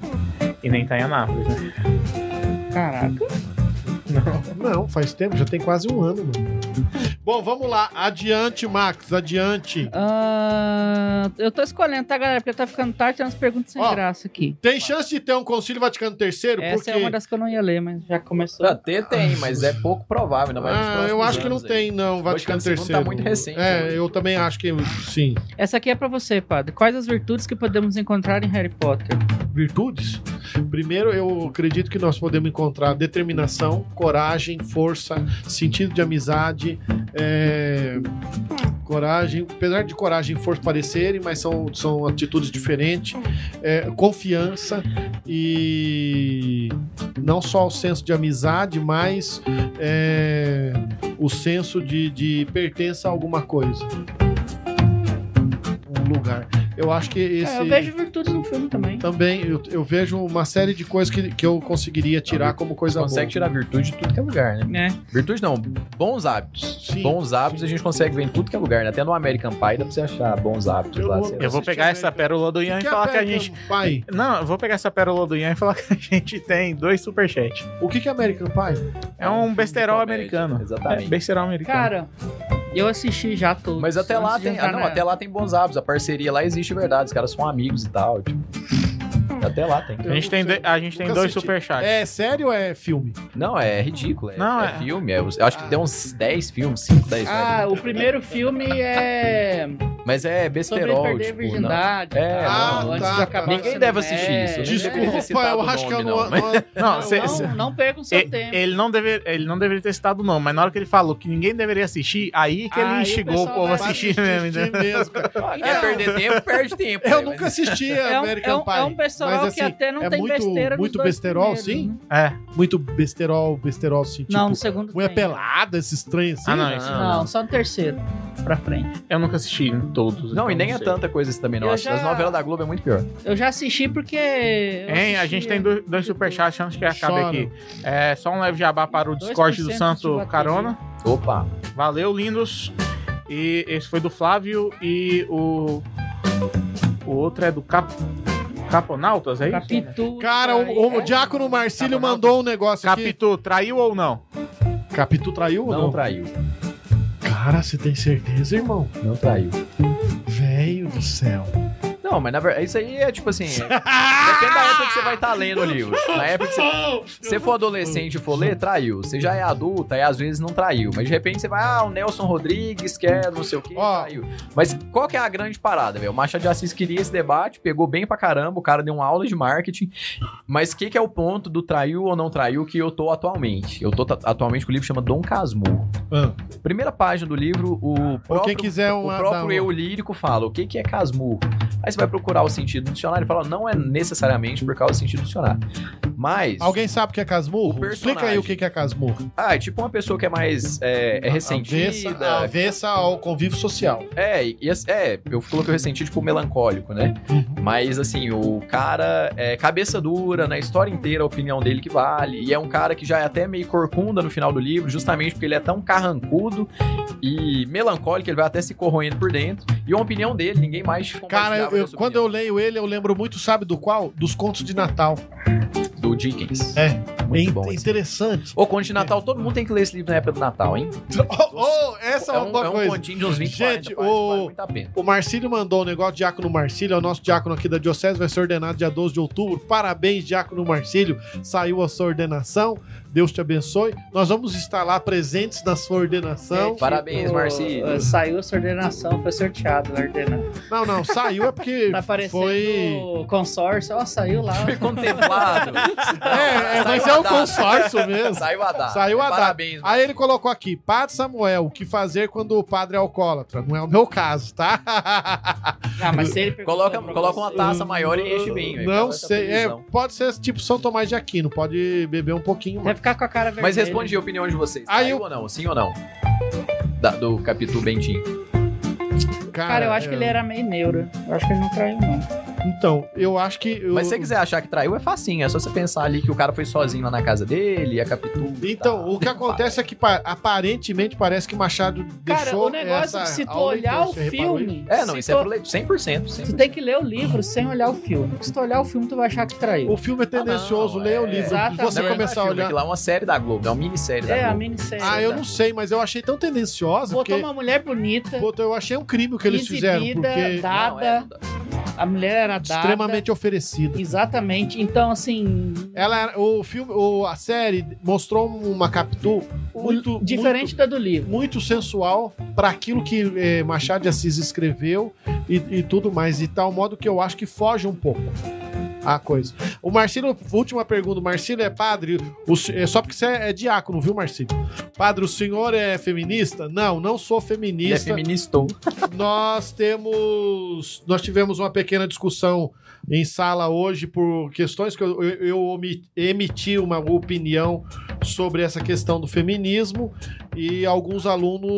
E nem tá em Anápolis, né? é um Caraca. Não, faz tempo, já tem quase um ano, mano. Bom, vamos lá. Adiante, Max, adiante. Ah, eu tô escolhendo, tá, galera? Porque tá ficando tarde, tem umas perguntas sem Ó, graça aqui. Tem chance de ter um Concílio Vaticano III? Essa porque. é uma das que eu não ia ler, mas já começou. Até tem, mas é pouco provável. Ainda mais nos Ah, próximos eu acho que não anos aí. tem, não, Vaticano Vaticano III. II tá muito recente, É, né? eu também acho que sim. Essa aqui é pra você, padre. Quais as virtudes que podemos encontrar em Harry Potter? Virtudes? Primeiro, eu acredito que nós podemos encontrar determinação, coragem, força, sentido de amizade, é, coragem, apesar de coragem e força parecerem, mas são, são atitudes diferentes, é, confiança e não só o senso de amizade, mas é, o senso de, de pertença a alguma coisa. Um lugar. Eu acho que esse. Ah, eu vejo virtudes no filme também. Também eu, eu vejo uma série de coisas que, que eu conseguiria tirar como coisa boa. Consegue tirar virtude de tudo que é lugar, né? Né? é Virtude não, bons hábitos. Sim, bons hábitos sim. a gente consegue ver em tudo que é lugar, né? Até no American Pie dá pra você achar bons hábitos Eu lá. amo- sei lá. Eu vou pegar essa pérola do Ian e Que é falar que a American gente. Pie? Não, eu vou pegar essa pérola do Ian e falar <laughs> que a gente tem dois superchats. O que que é American Pie? É um filme besterol de comédia, americano. Exatamente. É, besterol americano. Cara, eu assisti já todos. Mas até lá Antes de tem. Ah, entrar não, na- até lá tem bons hábitos. A parceria lá existe de verdade. Os caras são amigos e tal. tipo. Até lá tem. a gente tem, de- a gente tem Nunca dois assisti. superchats. É sério ou é filme? Não, é ridículo. É, Não, é é- filme. é- eu acho que tem uns 10 filmes, 5, 10 Ah, velho. o primeiro filme é Mas é sobre besterol. perder a tipo, virgindade. não. É, tal, né? não, antes tá, de acabar tá. o Ninguém ensino deve assistir médio. isso, É. deveria ter Desculpa, citado eu o acho que eu nome, não. não, mas- não- Não, cê- cê- Não, não perca o É, seu tempo. E- Ele não, dever, ele não deveria ter citado o nome, mas na hora que ele falou que ninguém deveria assistir, aí que ele Aí o instigou o pessoal povo a vai assistir mesmo. entendeu? mesmo, cara. não. Ah, É. Quer perder tempo, perde tempo. <laughs> Eu né? nunca assisti a É um, é, American um, Pie. é um besterol mas, que assim, até não é tem muito- besterol. muito besterol, sim? né? É. Muito besterol, besterol assim, tipo. Não, no segundo mulher tem. pelada, esses trem assim. Ah, não, isso- Não, só no terceiro. Pra frente. Eu nunca assisti em todos. Não, então e nem é sei. tanta coisa isso também, não. Eu Acho que As já- novelas da Globo é muito pior. Eu já assisti porque. eu Hein, a assisti- gente tem dois, dois superchats antes que acabe Chora. aqui. É, só um leve jabá para o Discord do 2% de Santo bateria. Carona. Opa. Valeu, lindos. E esse foi do Flávio e o. O outro é do Cap... Caponautas, é isso? Capitu. Cara, o, É? o Diácono Marcílio Tá bom, não? mandou um negócio aqui. Capitu, traiu ou não? Capitu traiu ou não? Não traiu. Cara, você tem certeza, irmão? Não traiu. Velho do céu. Não, mas na verdade, isso aí é <laughs> tipo assim. é- Depende da época que você vai estar lendo o livro. Na época que você. Se você for adolescente e for ler, traiu. Você já é adulta e às vezes não traiu. Mas de repente você vai, ah, o Nelson Rodrigues quer não sei o que, Ó. traiu. Mas qual que é a grande parada, velho? O Machado de Assis queria esse debate, pegou bem pra caramba, o cara deu uma aula de marketing. Mas o que, que é o ponto do traiu ou não traiu que eu tô atualmente? Eu tô ta- atualmente com o livro que chama Dom Casmurro. Ah. Primeira página do livro, o Ou próprio quem quiser o uma. próprio dar um eu lírico fala o que, que é casmurro. Aí você vai procurar o sentido do dicionário e fala, não é necessariamente por causa do sentido do dicionário. Mas, Alguém sabe o que é O casmurro? personagem. Explica aí o que que é casmurro. ah, é tipo uma pessoa que é mais é, é Avessa, ressentida. avessa ao convívio social. É, e, e- é, eu coloquei o ressentido tipo melancólico, né? Uhum. Mas assim, o cara é cabeça dura, na história inteira a opinião dele que vale. E é um cara que já é até meio corcunda no final do livro, justamente porque ele é tão carrancudo e melancólico, ele vai até se corroendo por dentro. E a opinião dele, ninguém mais Cara, eu- compartilhava eu- dessa quando eu leio ele, eu lembro muito, sabe do qual? Dos contos de Natal. opinião. do Dickens. É. Muito é in- bom. esse. interessante. Ô, Conto de Natal, todo mundo tem que ler esse livro na época do Natal, hein? Oh, oh, essa é, um, uma é um coisa. continho de uns 20 40 Gente, páginas, o- vale muito a pena. O Marcílio mandou um negócio, Diácono Marcílio, é o nosso diácono aqui da Diocese, vai ser ordenado dia 12 de outubro. Parabéns, Diácono Marcílio, saiu a sua ordenação, Deus te abençoe. Nós vamos estar lá presentes na sua ordenação. É, Parabéns, Marcílio. É, eh, Saiu essa ordenação, foi sorteado a ordenação. Não, não, saiu <laughs> é porque Tá aparecendo foi... o consórcio, ó, saiu lá. Foi contemplado. É, é, mas é <laughs> o consórcio mesmo. Saiu a data. É, Saiu a data. Parabéns, Aí ele colocou aqui, Padre Samuel, o que fazer quando o padre é alcoólatra? Não é o meu caso, tá? Ah, <laughs> mas se ele perguntou Coloca, um pra coloca uma você- taça Tá maior e enche bem. né? velho. Não Coloca sei, é, felizão. pode ser tipo São Tomás de Aquino, pode beber um pouquinho mais. Vai ficar com a cara vermelha. Mas responde a opinião de vocês. Aí Aí eu- ou não? Sim ou não? Da- do Capitu Bentinho. É, Cara, eu acho que ele era meio neuro. Eu acho que ele não traiu, não. Então, eu acho que... eu- Mas se você quiser achar que traiu, é facinho. É só você pensar ali que o cara foi sozinho lá na casa dele, e a Capitu. Então, tá- o que acontece é que pa- aparentemente parece que Machado Cara, deixou o negócio essa é que se tu aula olhar inteira, o você reparou isso? filme. É, não, se isso é tu- pro leite. 100%. 100%. Tu tem que ler o livro sem olhar o filme. Se tu olhar o filme, tu vai achar que traiu. O filme é tendencioso, não, leia o é- livro. Se Exatamente. você Na verdade, começar a filme, olhar. aquilo lá tá é uma série da Globo, é uma minissérie da É, a Globo. minissérie. Ah, eu não sei, mas eu achei tão tendencioso Botou porque uma mulher bonita, Botou- eu achei um crime o que eles fizeram, exibida, porque dada. Não, é, não dá. A mulher era dada. extremamente oferecido. Exatamente. Então, assim. Ela era- o filme, o- a série mostrou uma captura muito diferente da do livro. muito, muito sensual para aquilo que eh, Machado de Assis escreveu e, e tudo mais, e tal modo que eu acho que foge um pouco a coisa. O Marcílio, última pergunta, o Marcílio é padre, o se- é só porque você é, diácono, viu, Marcílio? Padre, o senhor é feminista? Não, não sou Ele é feminista. feministou. Nós temos. Nós tivemos uma pequena discussão em sala hoje por questões que eu, eu, eu omi- emiti uma opinião sobre essa questão do feminismo e alguns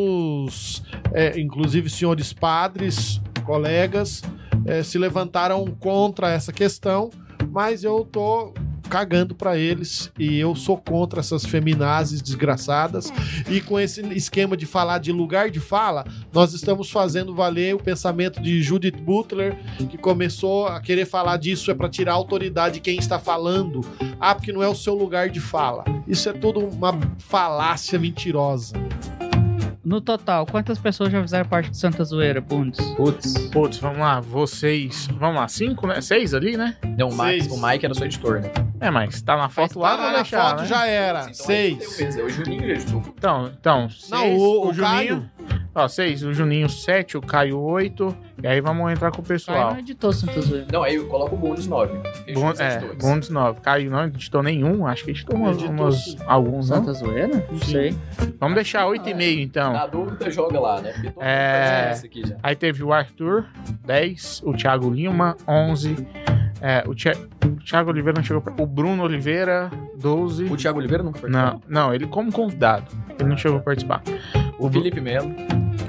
alunos, é, inclusive senhores padres, colegas, é, se levantaram contra essa questão, mas eu tô cagando pra eles e eu sou contra essas feminazes desgraçadas e com esse esquema de falar de lugar de fala nós estamos fazendo valer o pensamento de Judith Butler, que começou a querer falar disso é para tirar a autoridade de quem está falando. Ah, porque não é o seu lugar de fala. Isso é tudo uma falácia mentirosa. No total, quantas pessoas já fizeram parte do Santa Zoeira, Bundes? Putz. Putz, vamos lá, vocês. Vamos lá, cinco, né? Seis ali, né? Não, o Mike, Seis. o Mike era seu editor, né? É, mas tá na foto lá, Tá vai na deixar, foto né? já era. Então, aí tem o Ah, Seis. mesmo, É o Juninho, editor. Então, então, seis, Não, o- o Juninho. Ó, seis, o Juninho sete, o Caio oito. E aí vamos entrar com o Caio pessoal. não editou Santa Zoeira. Não, aí eu coloco o Bundes 9. Fechou Bom, os é, editores. bom dos nove. Caio não editou nenhum, acho que editou umas, Editou umas- sim. alguns, não? Santa Zoeira? Não sei. Vamos deixar oito e meio, então. Na dúvida, joga lá, né? Porque todo mundo É. faz essa aqui já. Aí teve o Arthur, 10, o Thiago Lima, 11, é, o, Thi- o Thiago Oliveira não chegou pra... O Bruno Oliveira, 12. O Thiago Oliveira nunca participou. Não, não, ele como convidado, ele não chegou a participar. O Felipe Melo.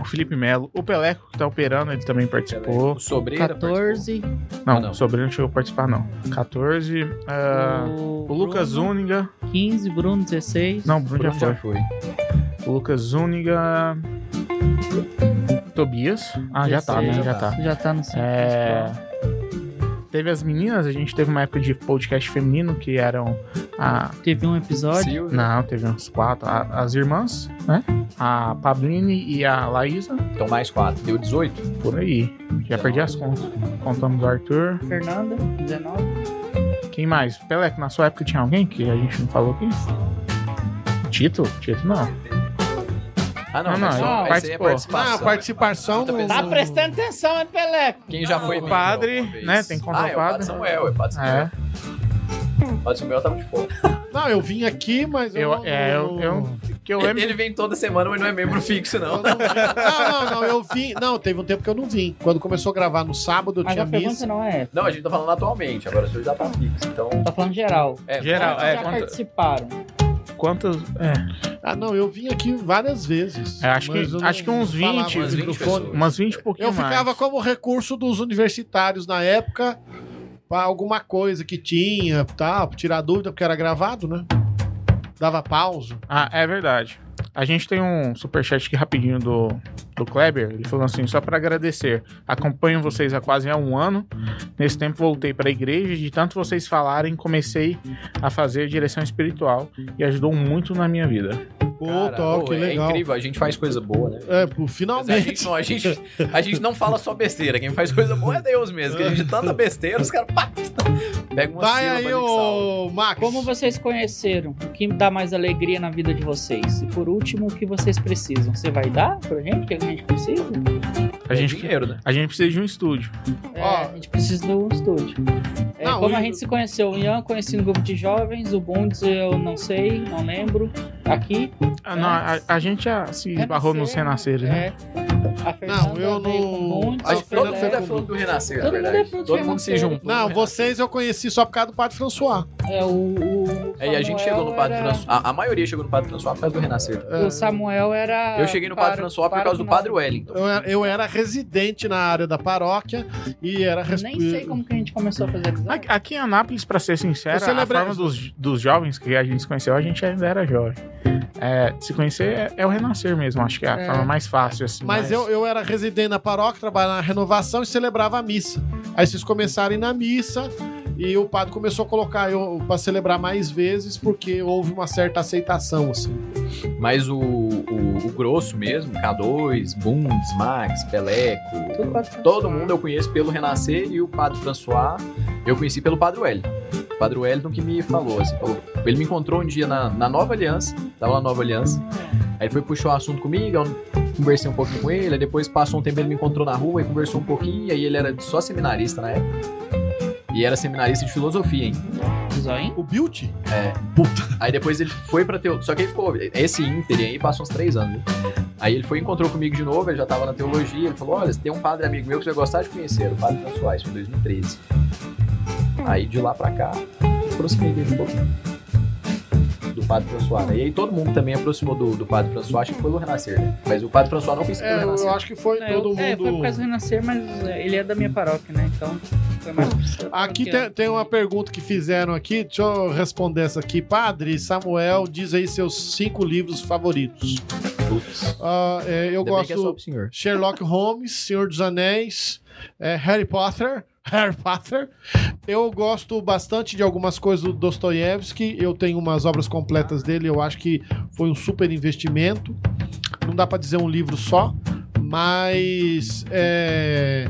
O Felipe Melo, o Peleco que tá operando, ele também participou. é O Sobreira. participou. 14. Não, Ah, não. o Sobrinho não chegou a participar, não. 14, ah, o, o Lucas Bruno, Zúñiga... 15, Bruno 16. Não, o Bruno já Bruno foi. já foi. O Lucas Zúñiga... Tobias. Ah, já tá, né? Terceiro, Já tá. Já tá no centro. É. teve as meninas, a gente teve uma época de podcast feminino que eram a. Teve um episódio. Silvio. Não, teve uns quatro. a- as irmãs, né? A Pabline e a Laísa, Então mais quatro. Deu 18. por aí. Já perdi as contas. Contamos o Arthur. Fernanda, 19. Quem mais? Peleco, na sua época tinha alguém que a gente não falou aqui? Tito? Tito não. Ah, não, Não, não, não, só, ele essa aí é participou. participação. Ah, participação Tá no- Tá prestando atenção, hein, Peleco? Quem já foi O padre, né? Tem que contar Ah, é o o Padre padre. Samuel, é o Padre Samuel. É. O Padre Samuel tava de fora. Não, eu vim aqui, mas eu, Eu- não- é, eu- eu- Que eu Ele, lembro. ele vem toda semana, mas não é membro <laughs> fixo, <laughs> eu não. não vim. Não, não, não, eu vim. Não, teve um tempo que eu não vim. Quando começou a gravar no sábado, eu Mas tinha a pergunta missa. não é essa. Não, a gente tá falando atualmente, agora o senhor já tá fixo, então... Tá falando geral. É, Geral, mas- é, já conta- participaram. Quantas. É. Ah, não, eu vim aqui várias vezes. É, acho que- mas eu acho que não uns falava 20, no umas 20 microfone. pessoas. Umas 20 e pouquinho Eu ficava mais. como recurso dos universitários na época para alguma coisa que tinha, tal, pra tirar dúvida, porque era gravado, né? Dava pausa. Ah, é verdade. A gente tem um superchat aqui rapidinho do, do Kleber. Ele falou assim: só pra agradecer. Acompanho vocês há quase há um ano. Nesse tempo voltei pra igreja. De tanto vocês falarem, comecei a fazer direção espiritual e ajudou muito na minha vida. Pô, Cara, Thor, pô, que É legal. incrível, a gente faz coisa boa, né? É, pô, Mas A finalmente. gente, não, a, gente, a gente não fala só besteira, quem faz coisa boa é Deus mesmo. Que a gente tanta besteira, os caras pá, pega uma sílaba Vai Tá aí, ali que salva. ô Max. Como vocês conheceram? O que dá mais alegria na vida de vocês? E por último, o que vocês precisam? Você vai dar pra gente? O que a gente precisa? A, É gente, dinheiro, né? a gente precisa de um estúdio. É, Ó. a gente precisa do estúdio. É, Não, como o- a gente se conheceu, o Ian conheci no grupo de jovens, o Bundes eu não sei, não lembro. Aqui. Ah, não, a, a gente já se esbarrou nos Renascer, renasceres, né? É. A Fernanda Não, veio eu não- com o Bundes, A o Acho que todo Fernanda mundo Pelé. é fã do Renascer, na Todo mundo é verdade. fã de Todo mundo se Renascer. juntou. Não, no vocês eu conheci só por causa do Padre François. É, o, o É, e a gente Samuel chegou no Padre era- François. A, a maioria chegou no Padre François por causa do Renascer. É, O Samuel era. Eu cheguei no Padre François por causa do Padre Wellington. Eu era, eu era residente na área da paróquia e era Eu nem sei responsável. como que a gente começou a fazer amizade. A- Aqui em Anápolis, pra ser sincero, Eu celebrei- a forma dos, dos jovens que a gente se conheceu, a gente ainda era jovem. É, se conhecer é, é o renascer mesmo, acho que é a É. forma mais fácil, assim. Mas eu, eu era residente na paróquia, trabalhava na renovação e celebrava a missa. Aí vocês começaram a ir na missa e o padre começou a colocar eu pra celebrar mais vezes porque houve uma certa aceitação, assim. Mas o, o, o grosso mesmo, K2, Bundes, Max, Peleco, Tudo Padre François. todo mundo eu conheço pelo Renascer e o Padre François eu conheci pelo Padre Wellington. O Padre Wellington que me falou, assim, falou- ele me encontrou um dia na, na Nova Aliança, tava na Nova Aliança, aí ele foi puxou o assunto comigo, eu conversei um pouquinho com ele, aí depois passou um tempo ele me encontrou na rua e conversou um pouquinho, aí ele era só seminarista na época. E era seminarista de filosofia, hein? Zóio? O Bilt? É. Aí depois ele foi pra teologia. Só que ele ficou. Esse Inter aí passou uns três anos. né? Aí ele foi e encontrou comigo de novo, ele já tava na teologia. Ele falou: Olha, tem um padre amigo meu que você vai gostar de conhecer, era o padre François, isso foi em 2013. Aí de lá pra cá, aproximei dele um pouquinho. Do padre François. né? E aí todo mundo também aproximou do, do padre François, acho que foi o Renascer, né? Mas o padre François não conheceu o É, eu, Renascer. eu acho que foi É, todo eu- É, foi por mundo. causa do Renascer, mas é, ele é da minha paróquia, né? Então foi mais. Aqui tem, tem uma pergunta que fizeram aqui, deixa eu responder essa aqui. Padre Samuel, diz aí seus cinco livros favoritos. Putz. Ah, é, eu Ainda bem que é só gosto pro senhor. Sherlock Holmes, Senhor dos Anéis, é, Harry Potter. <laughs> Harry Potter. Eu gosto bastante de algumas coisas do Dostoiévski. Eu tenho umas obras completas dele. Eu acho que foi um super investimento. Não dá pra dizer um livro só, mas é,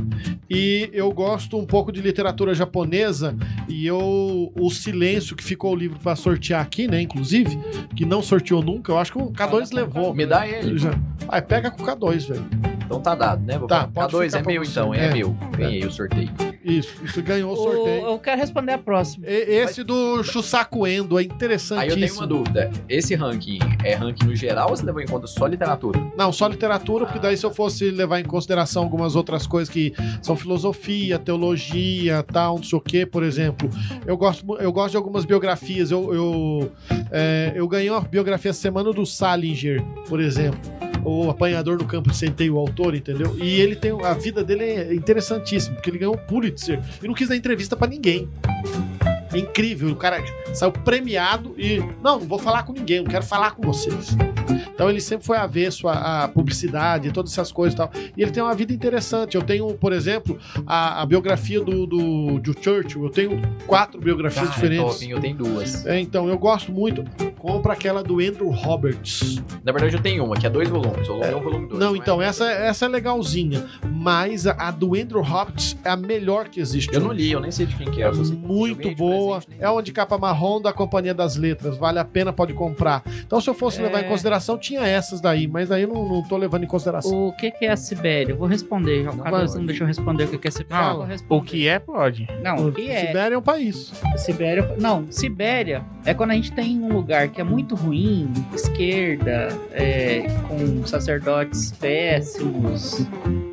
e eu gosto um pouco de literatura japonesa e eu o silêncio que ficou o livro pra sortear aqui, né? Inclusive que não sorteou nunca. Eu acho que o K2 Ah, levou. Me dá ele. Já. Aí pega com o K2, velho. Então tá dado, né? Vou Tá, falar. pode K2 ficar é pra meu você. então, é, É. meu. Ganhei o sorteio. Isso, isso ganhou o O, sorteio. eu quero responder a próxima. E- Esse do Chusaku Endo é interessantíssimo. Aí eu tenho uma dúvida. Esse ranking é ranking no geral ou você levou em conta só literatura? Não, só literatura, porque daí se eu fosse levar em consideração algumas outras coisas que são filosofia, teologia, tal, não sei o quê, por exemplo. Eu gosto, mu- eu gosto de algumas biografias. Eu, eu, é, eu ganhei uma biografia essa semana do Salinger, por exemplo. O apanhador do campo de centeio, o autor, entendeu? E ele tem. A vida dele é interessantíssima, porque ele ganhou o Pulitzer e não quis dar entrevista pra ninguém. É incrível, o cara saiu premiado e. Não, não vou falar com ninguém, eu quero falar com vocês. Então ele sempre foi avesso à, à publicidade, todas essas coisas e tal. E ele tem uma vida interessante. Eu tenho, por exemplo, a, a biografia do, do, do Churchill. Eu tenho quatro Ah, biografias é diferentes. Top, hein? eu tenho duas. É, então, eu gosto muito. Compra aquela do Andrew Roberts. Na verdade, eu tenho uma, que é dois volumes. O volume é. um volume dois. Não, então, essa, essa é legalzinha. Mas a, a do Andrew Roberts é a melhor que existe. Eu não li, eu nem sei de quem que é. eu só sei que eu ganhei Muito de boa. presente, né? É uma de capa marrom da Companhia das Letras. Vale a pena, pode comprar. Então, se eu fosse É. levar em consideração, tinha essas daí, mas aí eu não, não tô levando em consideração. O que, que é a Sibéria? Eu vou responder. O cara pode. não deixa eu responder o que, que é a Sibéria. Não, eu vou responder. O que é, pode. Não, o que é? Sibéria é um país. Sibéria. Não, Sibéria é quando a gente tem um lugar que é muito ruim, esquerda, é, com sacerdotes péssimos,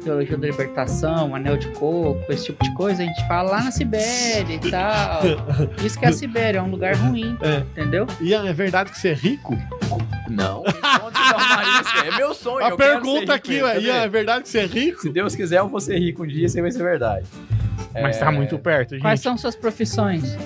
teologia da libertação, anel de coco, esse tipo de coisa, a gente fala lá na Sibéria e <laughs> tal. Isso que é a Sibéria, é um lugar ruim, É. entendeu? Ian, é verdade que você é rico? Não. é Onde você arrumaria isso? É meu sonho. A eu quero ser rico, pergunta aqui, hein? ué, Cadê? Ian, é verdade que você é rico? Se Deus quiser, eu vou ser rico um dia, isso aí vai ser verdade. Mas tá muito perto, gente. Quais são suas profissões?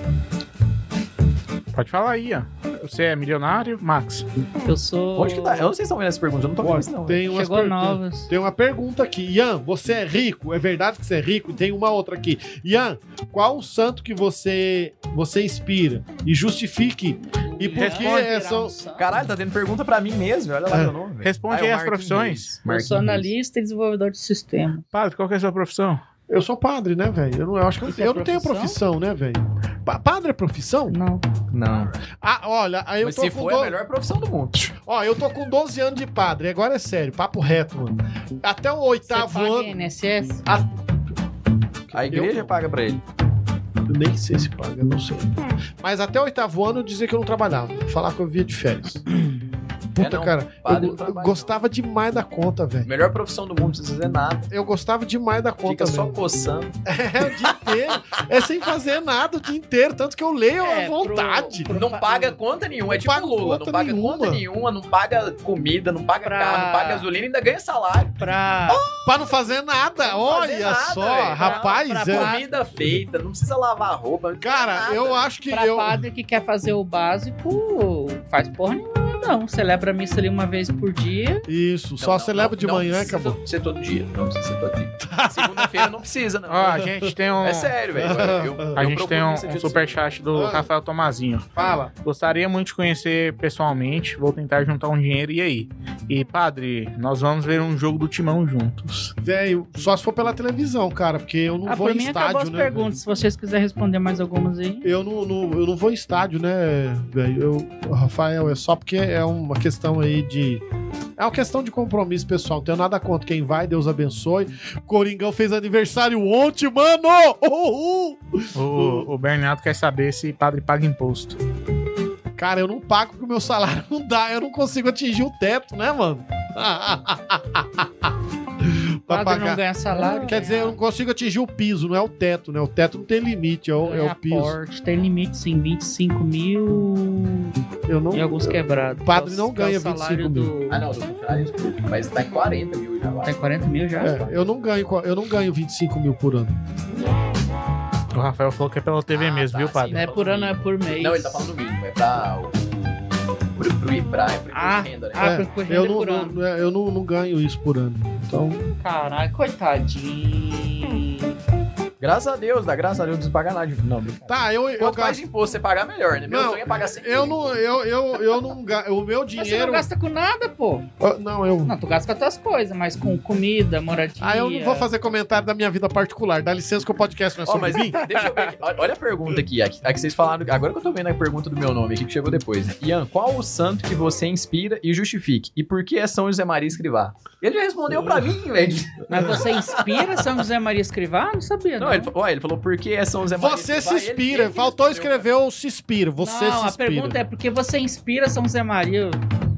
Pode falar aí, ó. Você é milionário, Max? Eu sou. Onde que tá? Eu não sei se estão vendo essas perguntas, eu não tô vendo isso, não. Tem, umas Chegou perguntas. novas. tem uma pergunta aqui. Ian, você é rico? É verdade que você é rico? E tem uma outra aqui. Ian, qual o santo que você, você inspira? E justifique. E por que Responde, é só... Caralho, tá tendo pergunta pra mim mesmo, olha lá Ah. meu nome. velho. Responde Ah, é o aí as Marquinhos. profissões. Eu sou Marquinhos. analista e desenvolvedor de sistema. Padre, qual que é a sua profissão? Eu sou padre, né, velho? Eu não, eu acho que eu, Isso é eu não tenho profissão, né, velho? Pa- padre é profissão? Não. Não. Ah, olha, aí eu Mas tô se com for, é do- a melhor profissão do mundo. Ó, eu tô com 12 anos de padre, agora é sério, papo reto, mano. Até o Tá oitavo voando. ano. INSS? A igreja paga pra ele. Eu nem sei se paga, não sei. Mas até o oitavo ano eu dizia que eu não trabalhava. Falar que eu via de férias. Puta, É, não, cara, padre eu, não eu trabalha, gostava demais da conta, velho. Melhor profissão do mundo, não precisa fazer nada. Eu gostava demais da Fica conta, só velho. coçando. É, o dia inteiro. é sem fazer nada o dia inteiro. Tanto que eu leio à É, pro- vontade. Não paga conta nenhuma, é Não tipo paga Lula. conta Não paga conta nenhuma, não paga comida, não paga Pra- carro, não paga gasolina, ainda ganha salário. Pra. Pra não fazer nada. Não Olha fazer nada, só, velho. rapaz. Pra- pra é- Comida feita, não precisa lavar a roupa. não precisa Cara, nada. eu acho que pra eu. padre que quer fazer o básico, faz porra nenhuma, não. Celebra a missa ali uma vez por dia. Isso, Não, só não, celebra não, de não manhã e precisa acabou. ser todo dia, não precisa ser todo <laughs> dia. Segunda-feira não precisa, não. Ó, a Ah, gente tem um. É sério, velho. Eu- eu A gente procuro tem um, esse dia um de superchat do Ah. Rafael Tomazinho. Fala. Gostaria muito de conhecer pessoalmente. Vou tentar juntar um dinheiro e aí. E, padre, nós vamos ver um jogo do Timão juntos. Velho, só se for pela televisão, cara, porque eu não Ah, vou por em mim acabou as estádio, né? velho? perguntas. Se vocês quiserem responder mais algumas aí. Eu não, não- eu não vou em estádio, né, velho? Eu- Rafael, é só porque é uma questão aí de. É uma questão de compromisso, pessoal. Não tenho nada contra quem vai, Deus abençoe. Coringão fez aniversário ontem, mano! Uhul! <laughs> Uh. O, o Bernardo quer saber se padre paga imposto. Cara, eu não pago porque o meu salário não dá. Eu não consigo atingir o teto, né, mano? <laughs> pra Padre não pagar. ganha salário. Quer dizer, eu não consigo atingir o piso, não é o teto, né? O teto não tem limite, é o, é ganha o piso. aporte, tem limite, sim, 25 mil Eu não. e alguns quebrados. padre Que é o- não que é o ganha salário 25 mil. do- Ah, não, do funcionário público. Mas tá em 40 mil já lá. Tem 40 mil já? É, eu não ganho, qua- eu não ganho 25 mil por ano. O Rafael falou que é pela TV Ah, mesmo, tá, viu, sim, padre? Não é por ano, é por mês. Não, ele tá falando mínimo. É pra. o- Pro, pro IPRA, é pra Ah, renda, né? Ah, É, porque hoje Eu é não, por ano. não- é, eu não, não ganho isso por ano. Então, Caralho, coitadinho. Graças a Deus, dá graças a Deus, não precisa pagar nada. de- Não, brincadeira. tá, eu eu Quanto mais gasto, imposto você pagar, melhor, né? Meu Não, sonho é pagar 100 eu não eu eu, eu não ga- o meu Mas você dinheiro não gasta com nada, pô. Ah, não eu Não, tu gasta com as tuas coisas, mas com comida, moradia. Ah, eu não é. vou fazer comentário da minha vida particular. Dá licença que o podcast não é Ó, sobre mas tá mim. <laughs> deixa eu ver aqui. Olha olha a pergunta aqui, a, que- a que vocês falaram. Agora que eu tô vendo a pergunta do meu nome aqui, que chegou depois. né? Ian, qual o santo que você inspira e justifique? E por que é São José Maria Escrivá? Ele já respondeu pra mim, <laughs> velho. <laughs> Mas você inspira São José Maria Escrivá? Não sabia, não. Não, ele, fa- ó, ele falou por que é São José Maria Você se Escrivá? Ele- inspira. ele que Faltou respondeu, escrever o se inspira. Você não, se a pergunta inspira. é por que você inspira São José Maria?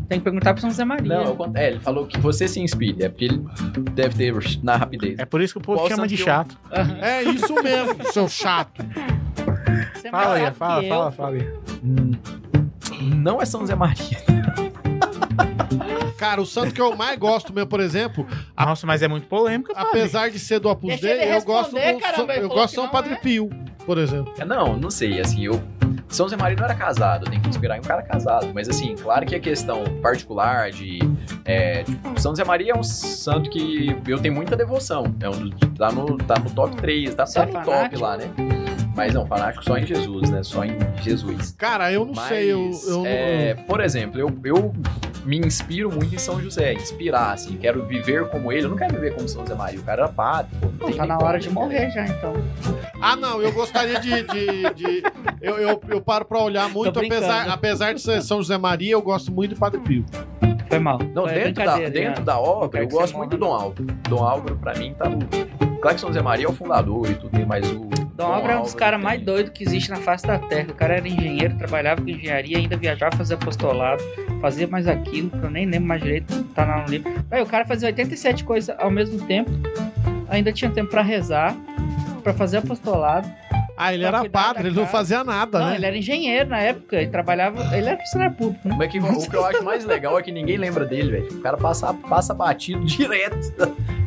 Tem que perguntar pro São José Maria. Não, eu cont- é, ele falou que você se inspira. É porque ele deve ter na rapidez. É por isso que o povo Qual chama santo de um que eu- chato. Aham. É isso mesmo, seu chato. Você é mais Fala aí, chato que fala, eu. fala, fala aí. Hum, Não é São José Maria. Cara, o santo que eu mais gosto mesmo, por exemplo, Nossa, mas é muito polêmica, padre. apesar de ser do Opus Deixa Dei, ele eu gosto do, responder, caramba, ele eu falou gosto que de é. São não Padre é. Pio, por exemplo. É, Não, não sei. Assim, eu. São Zé Maria não era casado, tem que inspirar em um cara casado. Mas assim, claro que a questão particular de. é, tipo, São Zé Maria é um santo que eu tenho muita devoção. É um, dos- tá, no, tá no top 3, tá Você é sempre no top fanático? lá, né? Mas não, fanático só em Jesus, né? Só em Jesus. Cara, eu não Mas, sei, eu, eu é, por exemplo, eu, eu me inspiro muito em São José, inspirar, assim, quero viver como ele, eu não quero viver como São Zé Maria, o cara era padre, pô, não tem Tá nem na como, hora de né, morrer já, então. não. Ah, não, eu gostaria de. de- de- eu, eu, eu paro pra olhar muito, brincando. apesar, apesar de ser São José Maria, eu gosto muito de Padre Pio. Foi mal. Não, Foi dentro, da, é brincadeira, dentro Ian. da obra, Quero eu que você gosto muito do Dom morra. Álvaro. Dom Álvaro, pra mim, tá no. Claro que São Zé Maria é o fundador e tudo, tem mais o. Dom Abra é um dos caras tem- mais doidos que existe na face da Terra. O cara era engenheiro, trabalhava com engenharia, ainda viajava, fazia apostolado, fazia mais aquilo, que eu nem lembro mais direito, tá lá no livro. Aí, o cara fazia 87 coisas ao mesmo tempo, ainda tinha tempo pra rezar, pra fazer apostolado. Ah, ele Pra era cuidar da padre, ele não casa. fazia nada, Não, né? ele era engenheiro na época, ele trabalhava, ele era funcionário público, né? Mas que, o que eu acho mais legal é que ninguém lembra dele, velho. O cara passa, passa batido <laughs> direto.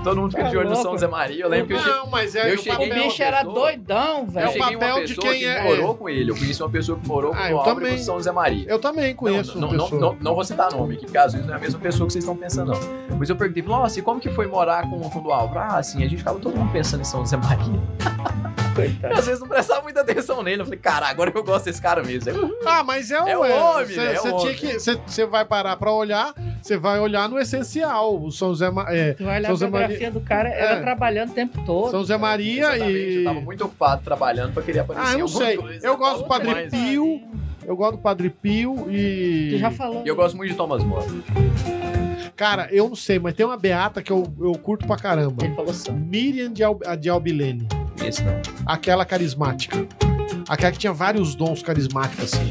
Todo mundo fica Tá de olho no louco. São Zé Maria. Eu lembro que eu cheguei. Não, mas é eu o cheguei O Ele é uma bicho era pessoa- doidão, Eu velho. É o cheguei papel uma de pessoa quem que é- morou com ele. Eu conheci uma pessoa que morou Ah, com eu o Álvaro e também. com São Zé Maria. Eu também conheço não, uma não, pessoa. não, não vou citar nome aqui, por causa disso não é a mesma pessoa que vocês estão pensando, não. Mas eu perguntei, nossa, e como que foi morar com, com o do Álvaro? Ah, assim, a gente ficava todo mundo pensando em São Zé Maria. Coitado. Eu, <laughs> Às vezes não prestava muita atenção nele. Eu falei, cara, agora eu gosto desse cara mesmo. Eu- Ah, mas é, É o o homem, Você né? É o homem. vai parar pra olhar, você vai olhar no essencial. O São Zé, Ma- é, Tu vai olhar a São Zé biografia do cara, era É. trabalhando o tempo todo. São Zé Maria é, Exatamente, e. Eu tava muito ocupado trabalhando pra querer aparecer Ah, eu não alguma sei. coisa. Eu gosto Tava do Padre demais. Pio. Eu gosto do Padre Pio e. Tu já falou. E eu gosto muito de Thomas More. Cara, eu não sei, mas tem uma beata que eu, eu curto pra caramba. Ele falou assim, santo. Miriam de, Al, de Albilene. Esse não. Aquela carismática. Aquela que tinha vários dons carismáticos, assim.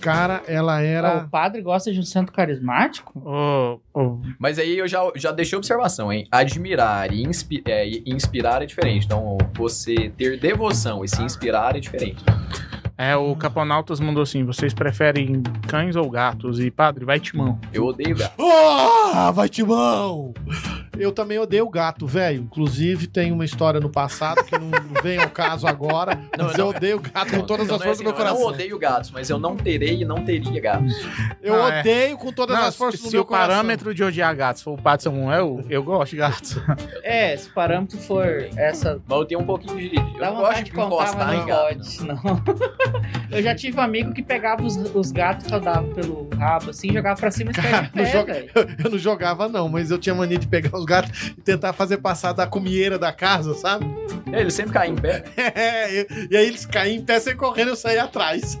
Cara, ela Ah, era. O padre gosta de um santo carismático? Ô, ô, Mas aí eu já, já deixei observação, hein? Admirar e, inspi- é, e inspirar é diferente. Então, você ter devoção e se inspirar é diferente. É, Ah. o Caponautas mandou assim: vocês preferem cães ou gatos? E padre, vai timão. Eu odeio gato. Ah, vai timão! Eu também odeio gato, velho. Inclusive, tem uma história no passado que não não vem ao caso agora. Não, mas não, eu odeio gato Ah, com Então, todas as não é forças assim, do meu não, Eu coração. não odeio gatos, mas eu não terei e não teria gatos. Eu Não, é. odeio com todas Não, as forças do se meu o coração. parâmetro de odiar gatos for o Padre Samuel, eu gosto de gatos. <laughs> É, se o parâmetro for essa. Mas eu tenho um pouquinho de. Eu Dá não gosto vontade de de contar, encostar mas em não gato. pode, não. <laughs> Eu já tive um amigo que pegava os, os gatos que eu dava pelo rabo, assim, jogava pra cima e <laughs> saia Cara, de não pé, joga- velho. Eu não jogava, não, mas eu tinha mania de pegar os gatos e tentar fazer passar da comieira da casa, sabe? <laughs> É, não. É, Ele sempre cai em pé. e aí eles caíam em pé sem correndo eu saí atrás.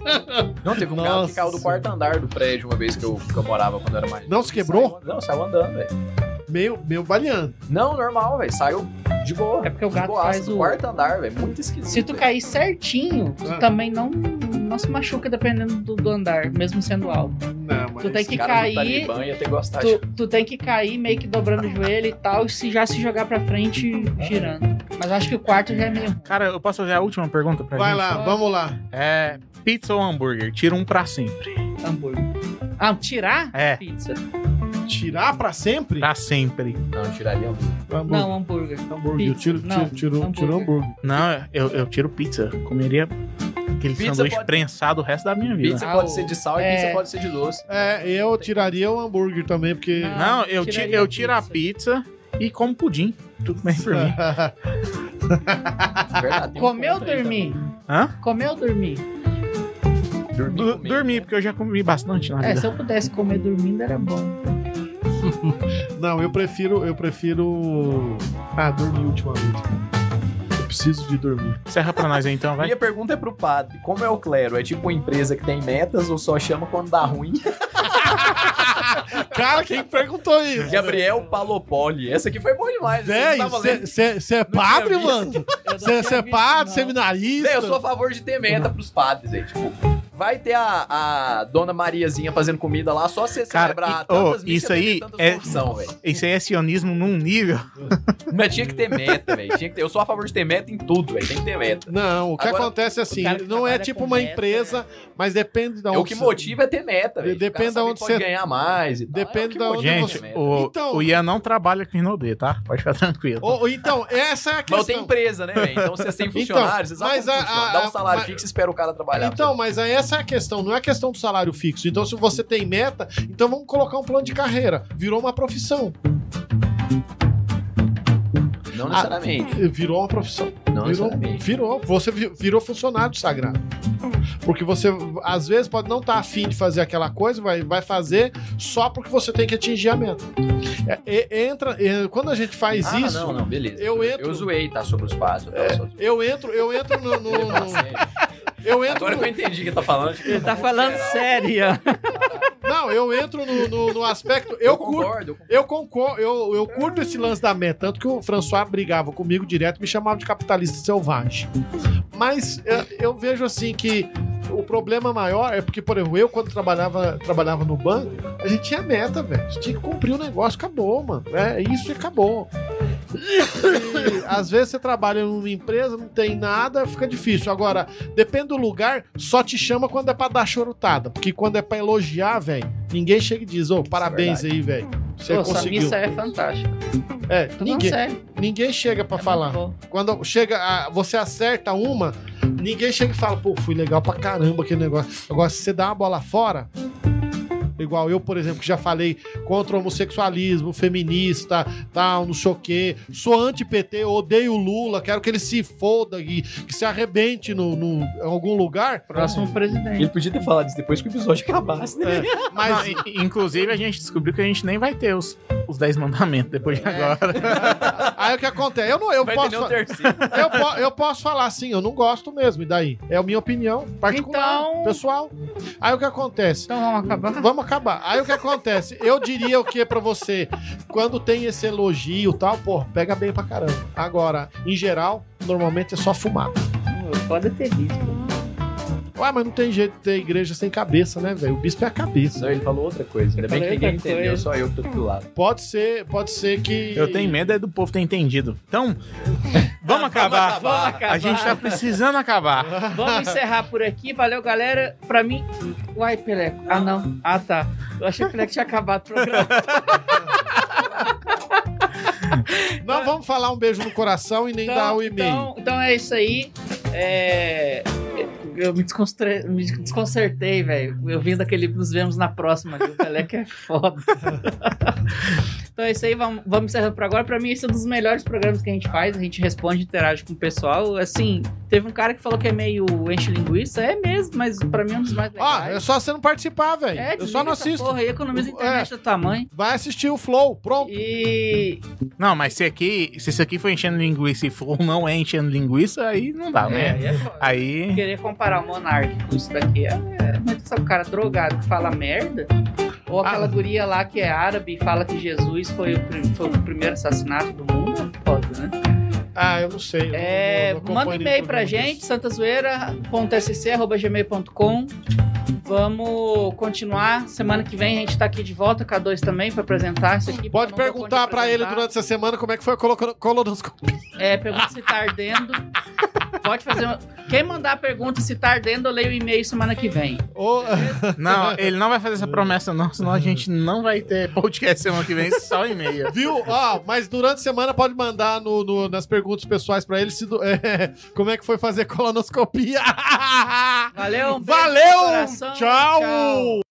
Não, teve um gato Nossa. que caiu do quarto andar do prédio uma vez que eu, que eu morava quando eu era mais. Não se quebrou? Saiu- não, saiu andando, velho. Meio, meio baleando. Não, normal, velho. Saiu de boa. É porque o de gato boaça, faz do o- quarto andar, velho. Muito esquisito. Se tu velho. cair certinho, tu Ah. também não, não se machuca dependendo do, do andar, mesmo sendo alto. Não, mas. Tu tem Esse que cara do cair. Talibã ia ter gostado. Tu, tu tem que cair meio que dobrando o joelho e tal, e se já se jogar pra frente, girando. Mas acho que o quarto já é meio. ruim. Cara, eu posso fazer a última pergunta pra Vai gente? lá, vamos lá. É, pizza ou hambúrguer? Tira um pra sempre. Hambúrguer. Ah, tirar? É. Pizza. Tirar pra sempre? Pra sempre. Não, tiraria um. Hambúrguer. Não, hambúrguer. Hambúrguer. Eu tiro, Não, tiro, tiro, hambúrguer. tiro hambúrguer. Não, eu, eu tiro pizza. Comeria aquele Pizza sanduíche pode- prensado o resto da minha vida. Pizza Ah, o- pode ser de sal é. e pizza pode ser de doce. É, eu tiraria o hambúrguer também, porque. Não. Não, eu, ti- Tiraria eu a tiro a pizza e como pudim. Tudo bem por mim. Verdade, tem um Ah, Comeu ou ponto aí dormir? Hã? Comeu ou dormir? também. Dormir. Du- comer. dormir, porque eu já comi bastante na É, vida. se eu pudesse comer dormindo era bom. <laughs> Não, eu prefiro. Eu prefiro. Ah, dormir ultimamente, cara. Eu preciso de dormir. Encerra pra nós aí, então, vai. <laughs> Minha pergunta é pro padre. Como é o clero? É tipo uma empresa que tem metas ou só chama quando dá <laughs> ruim? Cara, quem perguntou isso? Gabriel Palopoli. Essa aqui foi boa demais. Você Véi, não tá tava lendo. você é padre, mano? Você é padre, seminarista? Véi, eu sou a favor de ter meta pros padres, aí. Tipo, vai ter a, a dona Mariazinha fazendo comida lá, só você Cara, celebrar e- ô, tantas missas, isso aí beber tantas é- confissão, velho. Isso aí é sionismo num nível. Mas tinha que ter meta, velho. Tinha que ter- Eu sou a favor de ter meta em tudo, velho. Tem que ter meta. Não, o que Agora, acontece é assim, o cara que não é trabalha tipo com uma meta, empresa, mas depende Então da É o que motiva é ter meta, velho. Depende O cara sabe da que onde pode você- ganhar mais e tal. Depende É o que da onde motiva Gente, ter meta. o, Então- o Ian não trabalha com Rinodê, tá? Pode ficar tranquilo. Ou- ou então, essa é a Mas eu tenho questão. empresa, né, velho? Então vocês têm <laughs> Então, funcionários, vocês mas sabem como a- funciona. a- Dá um salário mas- fixo e espera o cara trabalhar. Então, mas aí essa essa é a questão, não é a questão do salário fixo. Então, se você tem meta, então vamos colocar um plano de carreira. Virou uma profissão. Não necessariamente. Virou uma profissão. não Virou, um necessariamente. virou. Você vi- virou funcionário sagrado. Porque você, às vezes, pode não estar afim de fazer aquela coisa, vai, vai fazer só porque você tem que atingir a meta. É, e- entra, e- quando a gente faz Ah, isso, não, não, beleza. eu entro- Eu zoei, tá? Sobre os passos. eu tava só zoando. eu entro, eu entro no. no- no- eu entro Agora que eu entendi o que tá falando. acho que Ele tá bom, falando é- geral. sério. Não, eu entro no, no- no aspecto. Eu, curto. concordo. eu concordo. Eu concordo, eu, eu curto esse lance da meta, tanto que o François brigava comigo direto e me chamava de capitalista selvagem. Mas é, eu, vejo assim que o problema maior é porque, por exemplo, eu quando trabalhava, trabalhava no banco, a gente tinha meta, velho. Você Tinha que cumprir o negócio, acabou, mano. É isso e acabou. E, às vezes você trabalha numa empresa, não tem nada, fica difícil. Agora, depende do lugar, só te chama quando é pra dar chorutada. Porque quando é pra elogiar, velho, ninguém chega e diz, ô, parabéns aí, velho. Você Pô, essa conseguiu. missa é fantástica. É, Tô falando ninguém, sério. ninguém chega Então pra tá É falar. muito bom. Quando chega, a- você acerta uma, ninguém chega e fala, pô, fui legal pra caramba aquele negócio. Agora, se você dá uma bola fora, igual eu, por exemplo, que já falei contra o homossexualismo, feminista, tal, não sei o quê, sou anti-PT, odeio o Lula, quero que ele se foda e que se arrebente no, no- em algum lugar, Próximo presidente. Ele podia ter falado isso depois que o episódio acabasse, É. né? Não, mas... i- inclusive, a gente descobriu que a gente nem vai ter os, os 10 mandamentos depois É. de agora. Aí o que acontece? Eu não, eu Vai posso, ter nem fa- o terceiro. eu, po- eu posso falar assim, eu não gosto mesmo, e daí? É a minha opinião particular, Então- pessoal. Aí o que acontece? Então vamos acabar. Vamos acabar. Aí o que acontece? Eu diria o que pra você? Quando tem esse elogio e tal, pô, pega bem pra caramba. Agora, em geral, normalmente é só fumar. Pode ter risco. Ué, mas não tem jeito de ter igreja sem cabeça, né, velho? O bispo é a cabeça. Não, ele falou outra coisa. Ainda bem que Falei ninguém outra entendeu, coisa. só eu que tô aqui do lado. Pode ser, pode ser que. Eu tenho medo é do povo ter entendido. Então, vamos acabar. Vamos acabar. A gente tá precisando acabar. Vamos encerrar por aqui. Valeu, galera. Pra mim. Uai, Peleco. Ah, não. Ah, tá. Eu achei que o Peleco tinha acabado o programa. Não vamos falar um beijo no coração e nem dar o um e-mail. Então, então é isso aí. É, Eu me, desconstre- me desconcertei, velho. Eu vim daquele. Nos vemos na próxima. viu? O Peleco é <laughs> foda. então é isso aí. Vamos, vamos encerrar por agora. Pra mim, esse é um dos melhores programas que a gente faz. A gente responde, interage com o pessoal. Assim, teve um cara que falou que é meio enche-linguiça. É mesmo, mas pra mim é um dos mais Ah, é legais. só você não participar, velho. eu É, desliga só não essa assisto. É. Porra, aí economiza a internet do tamanho. Vai assistir o Flow, pronto. E Não, mas se aqui, se isso aqui for enchendo linguiça e for não é enchendo linguiça, aí não dá, né? É, é foda. Aí. Querer comparar o Monark com isso daqui é, é muito só o cara drogado que fala merda. Ou aquela Ah. guria lá que é árabe e fala que Jesus foi o, pri- foi o primeiro assassinato do mundo. é Foda, né? Ah, eu não sei. eu É, não- não manda um acompanho e-mail nenhum pra programa desse. gente, santazoeira.sc.gmail.com. Vamos continuar. Semana que vem a gente tá aqui de volta, K2 também, pra apresentar isso aqui. Pode porque eu não vou perguntar onde pra ele apresentar. durante essa semana como é que foi a colo- colonoscopia. É, pergunta se tá ardendo. Pode fazer. uma- Quem mandar a pergunta se tá ardendo, eu leio o e-mail semana que vem. Ô, <laughs> Não, ele não vai fazer essa promessa, não, senão a gente não vai ter podcast semana que vem, só e-mail. Viu? Ó, mas durante a semana pode mandar no, no- nas perguntas pessoais pra ele se do- <laughs> é, como é que foi fazer colonoscopia. <laughs> Valeu, um beijo no Valeu! coração, tchau.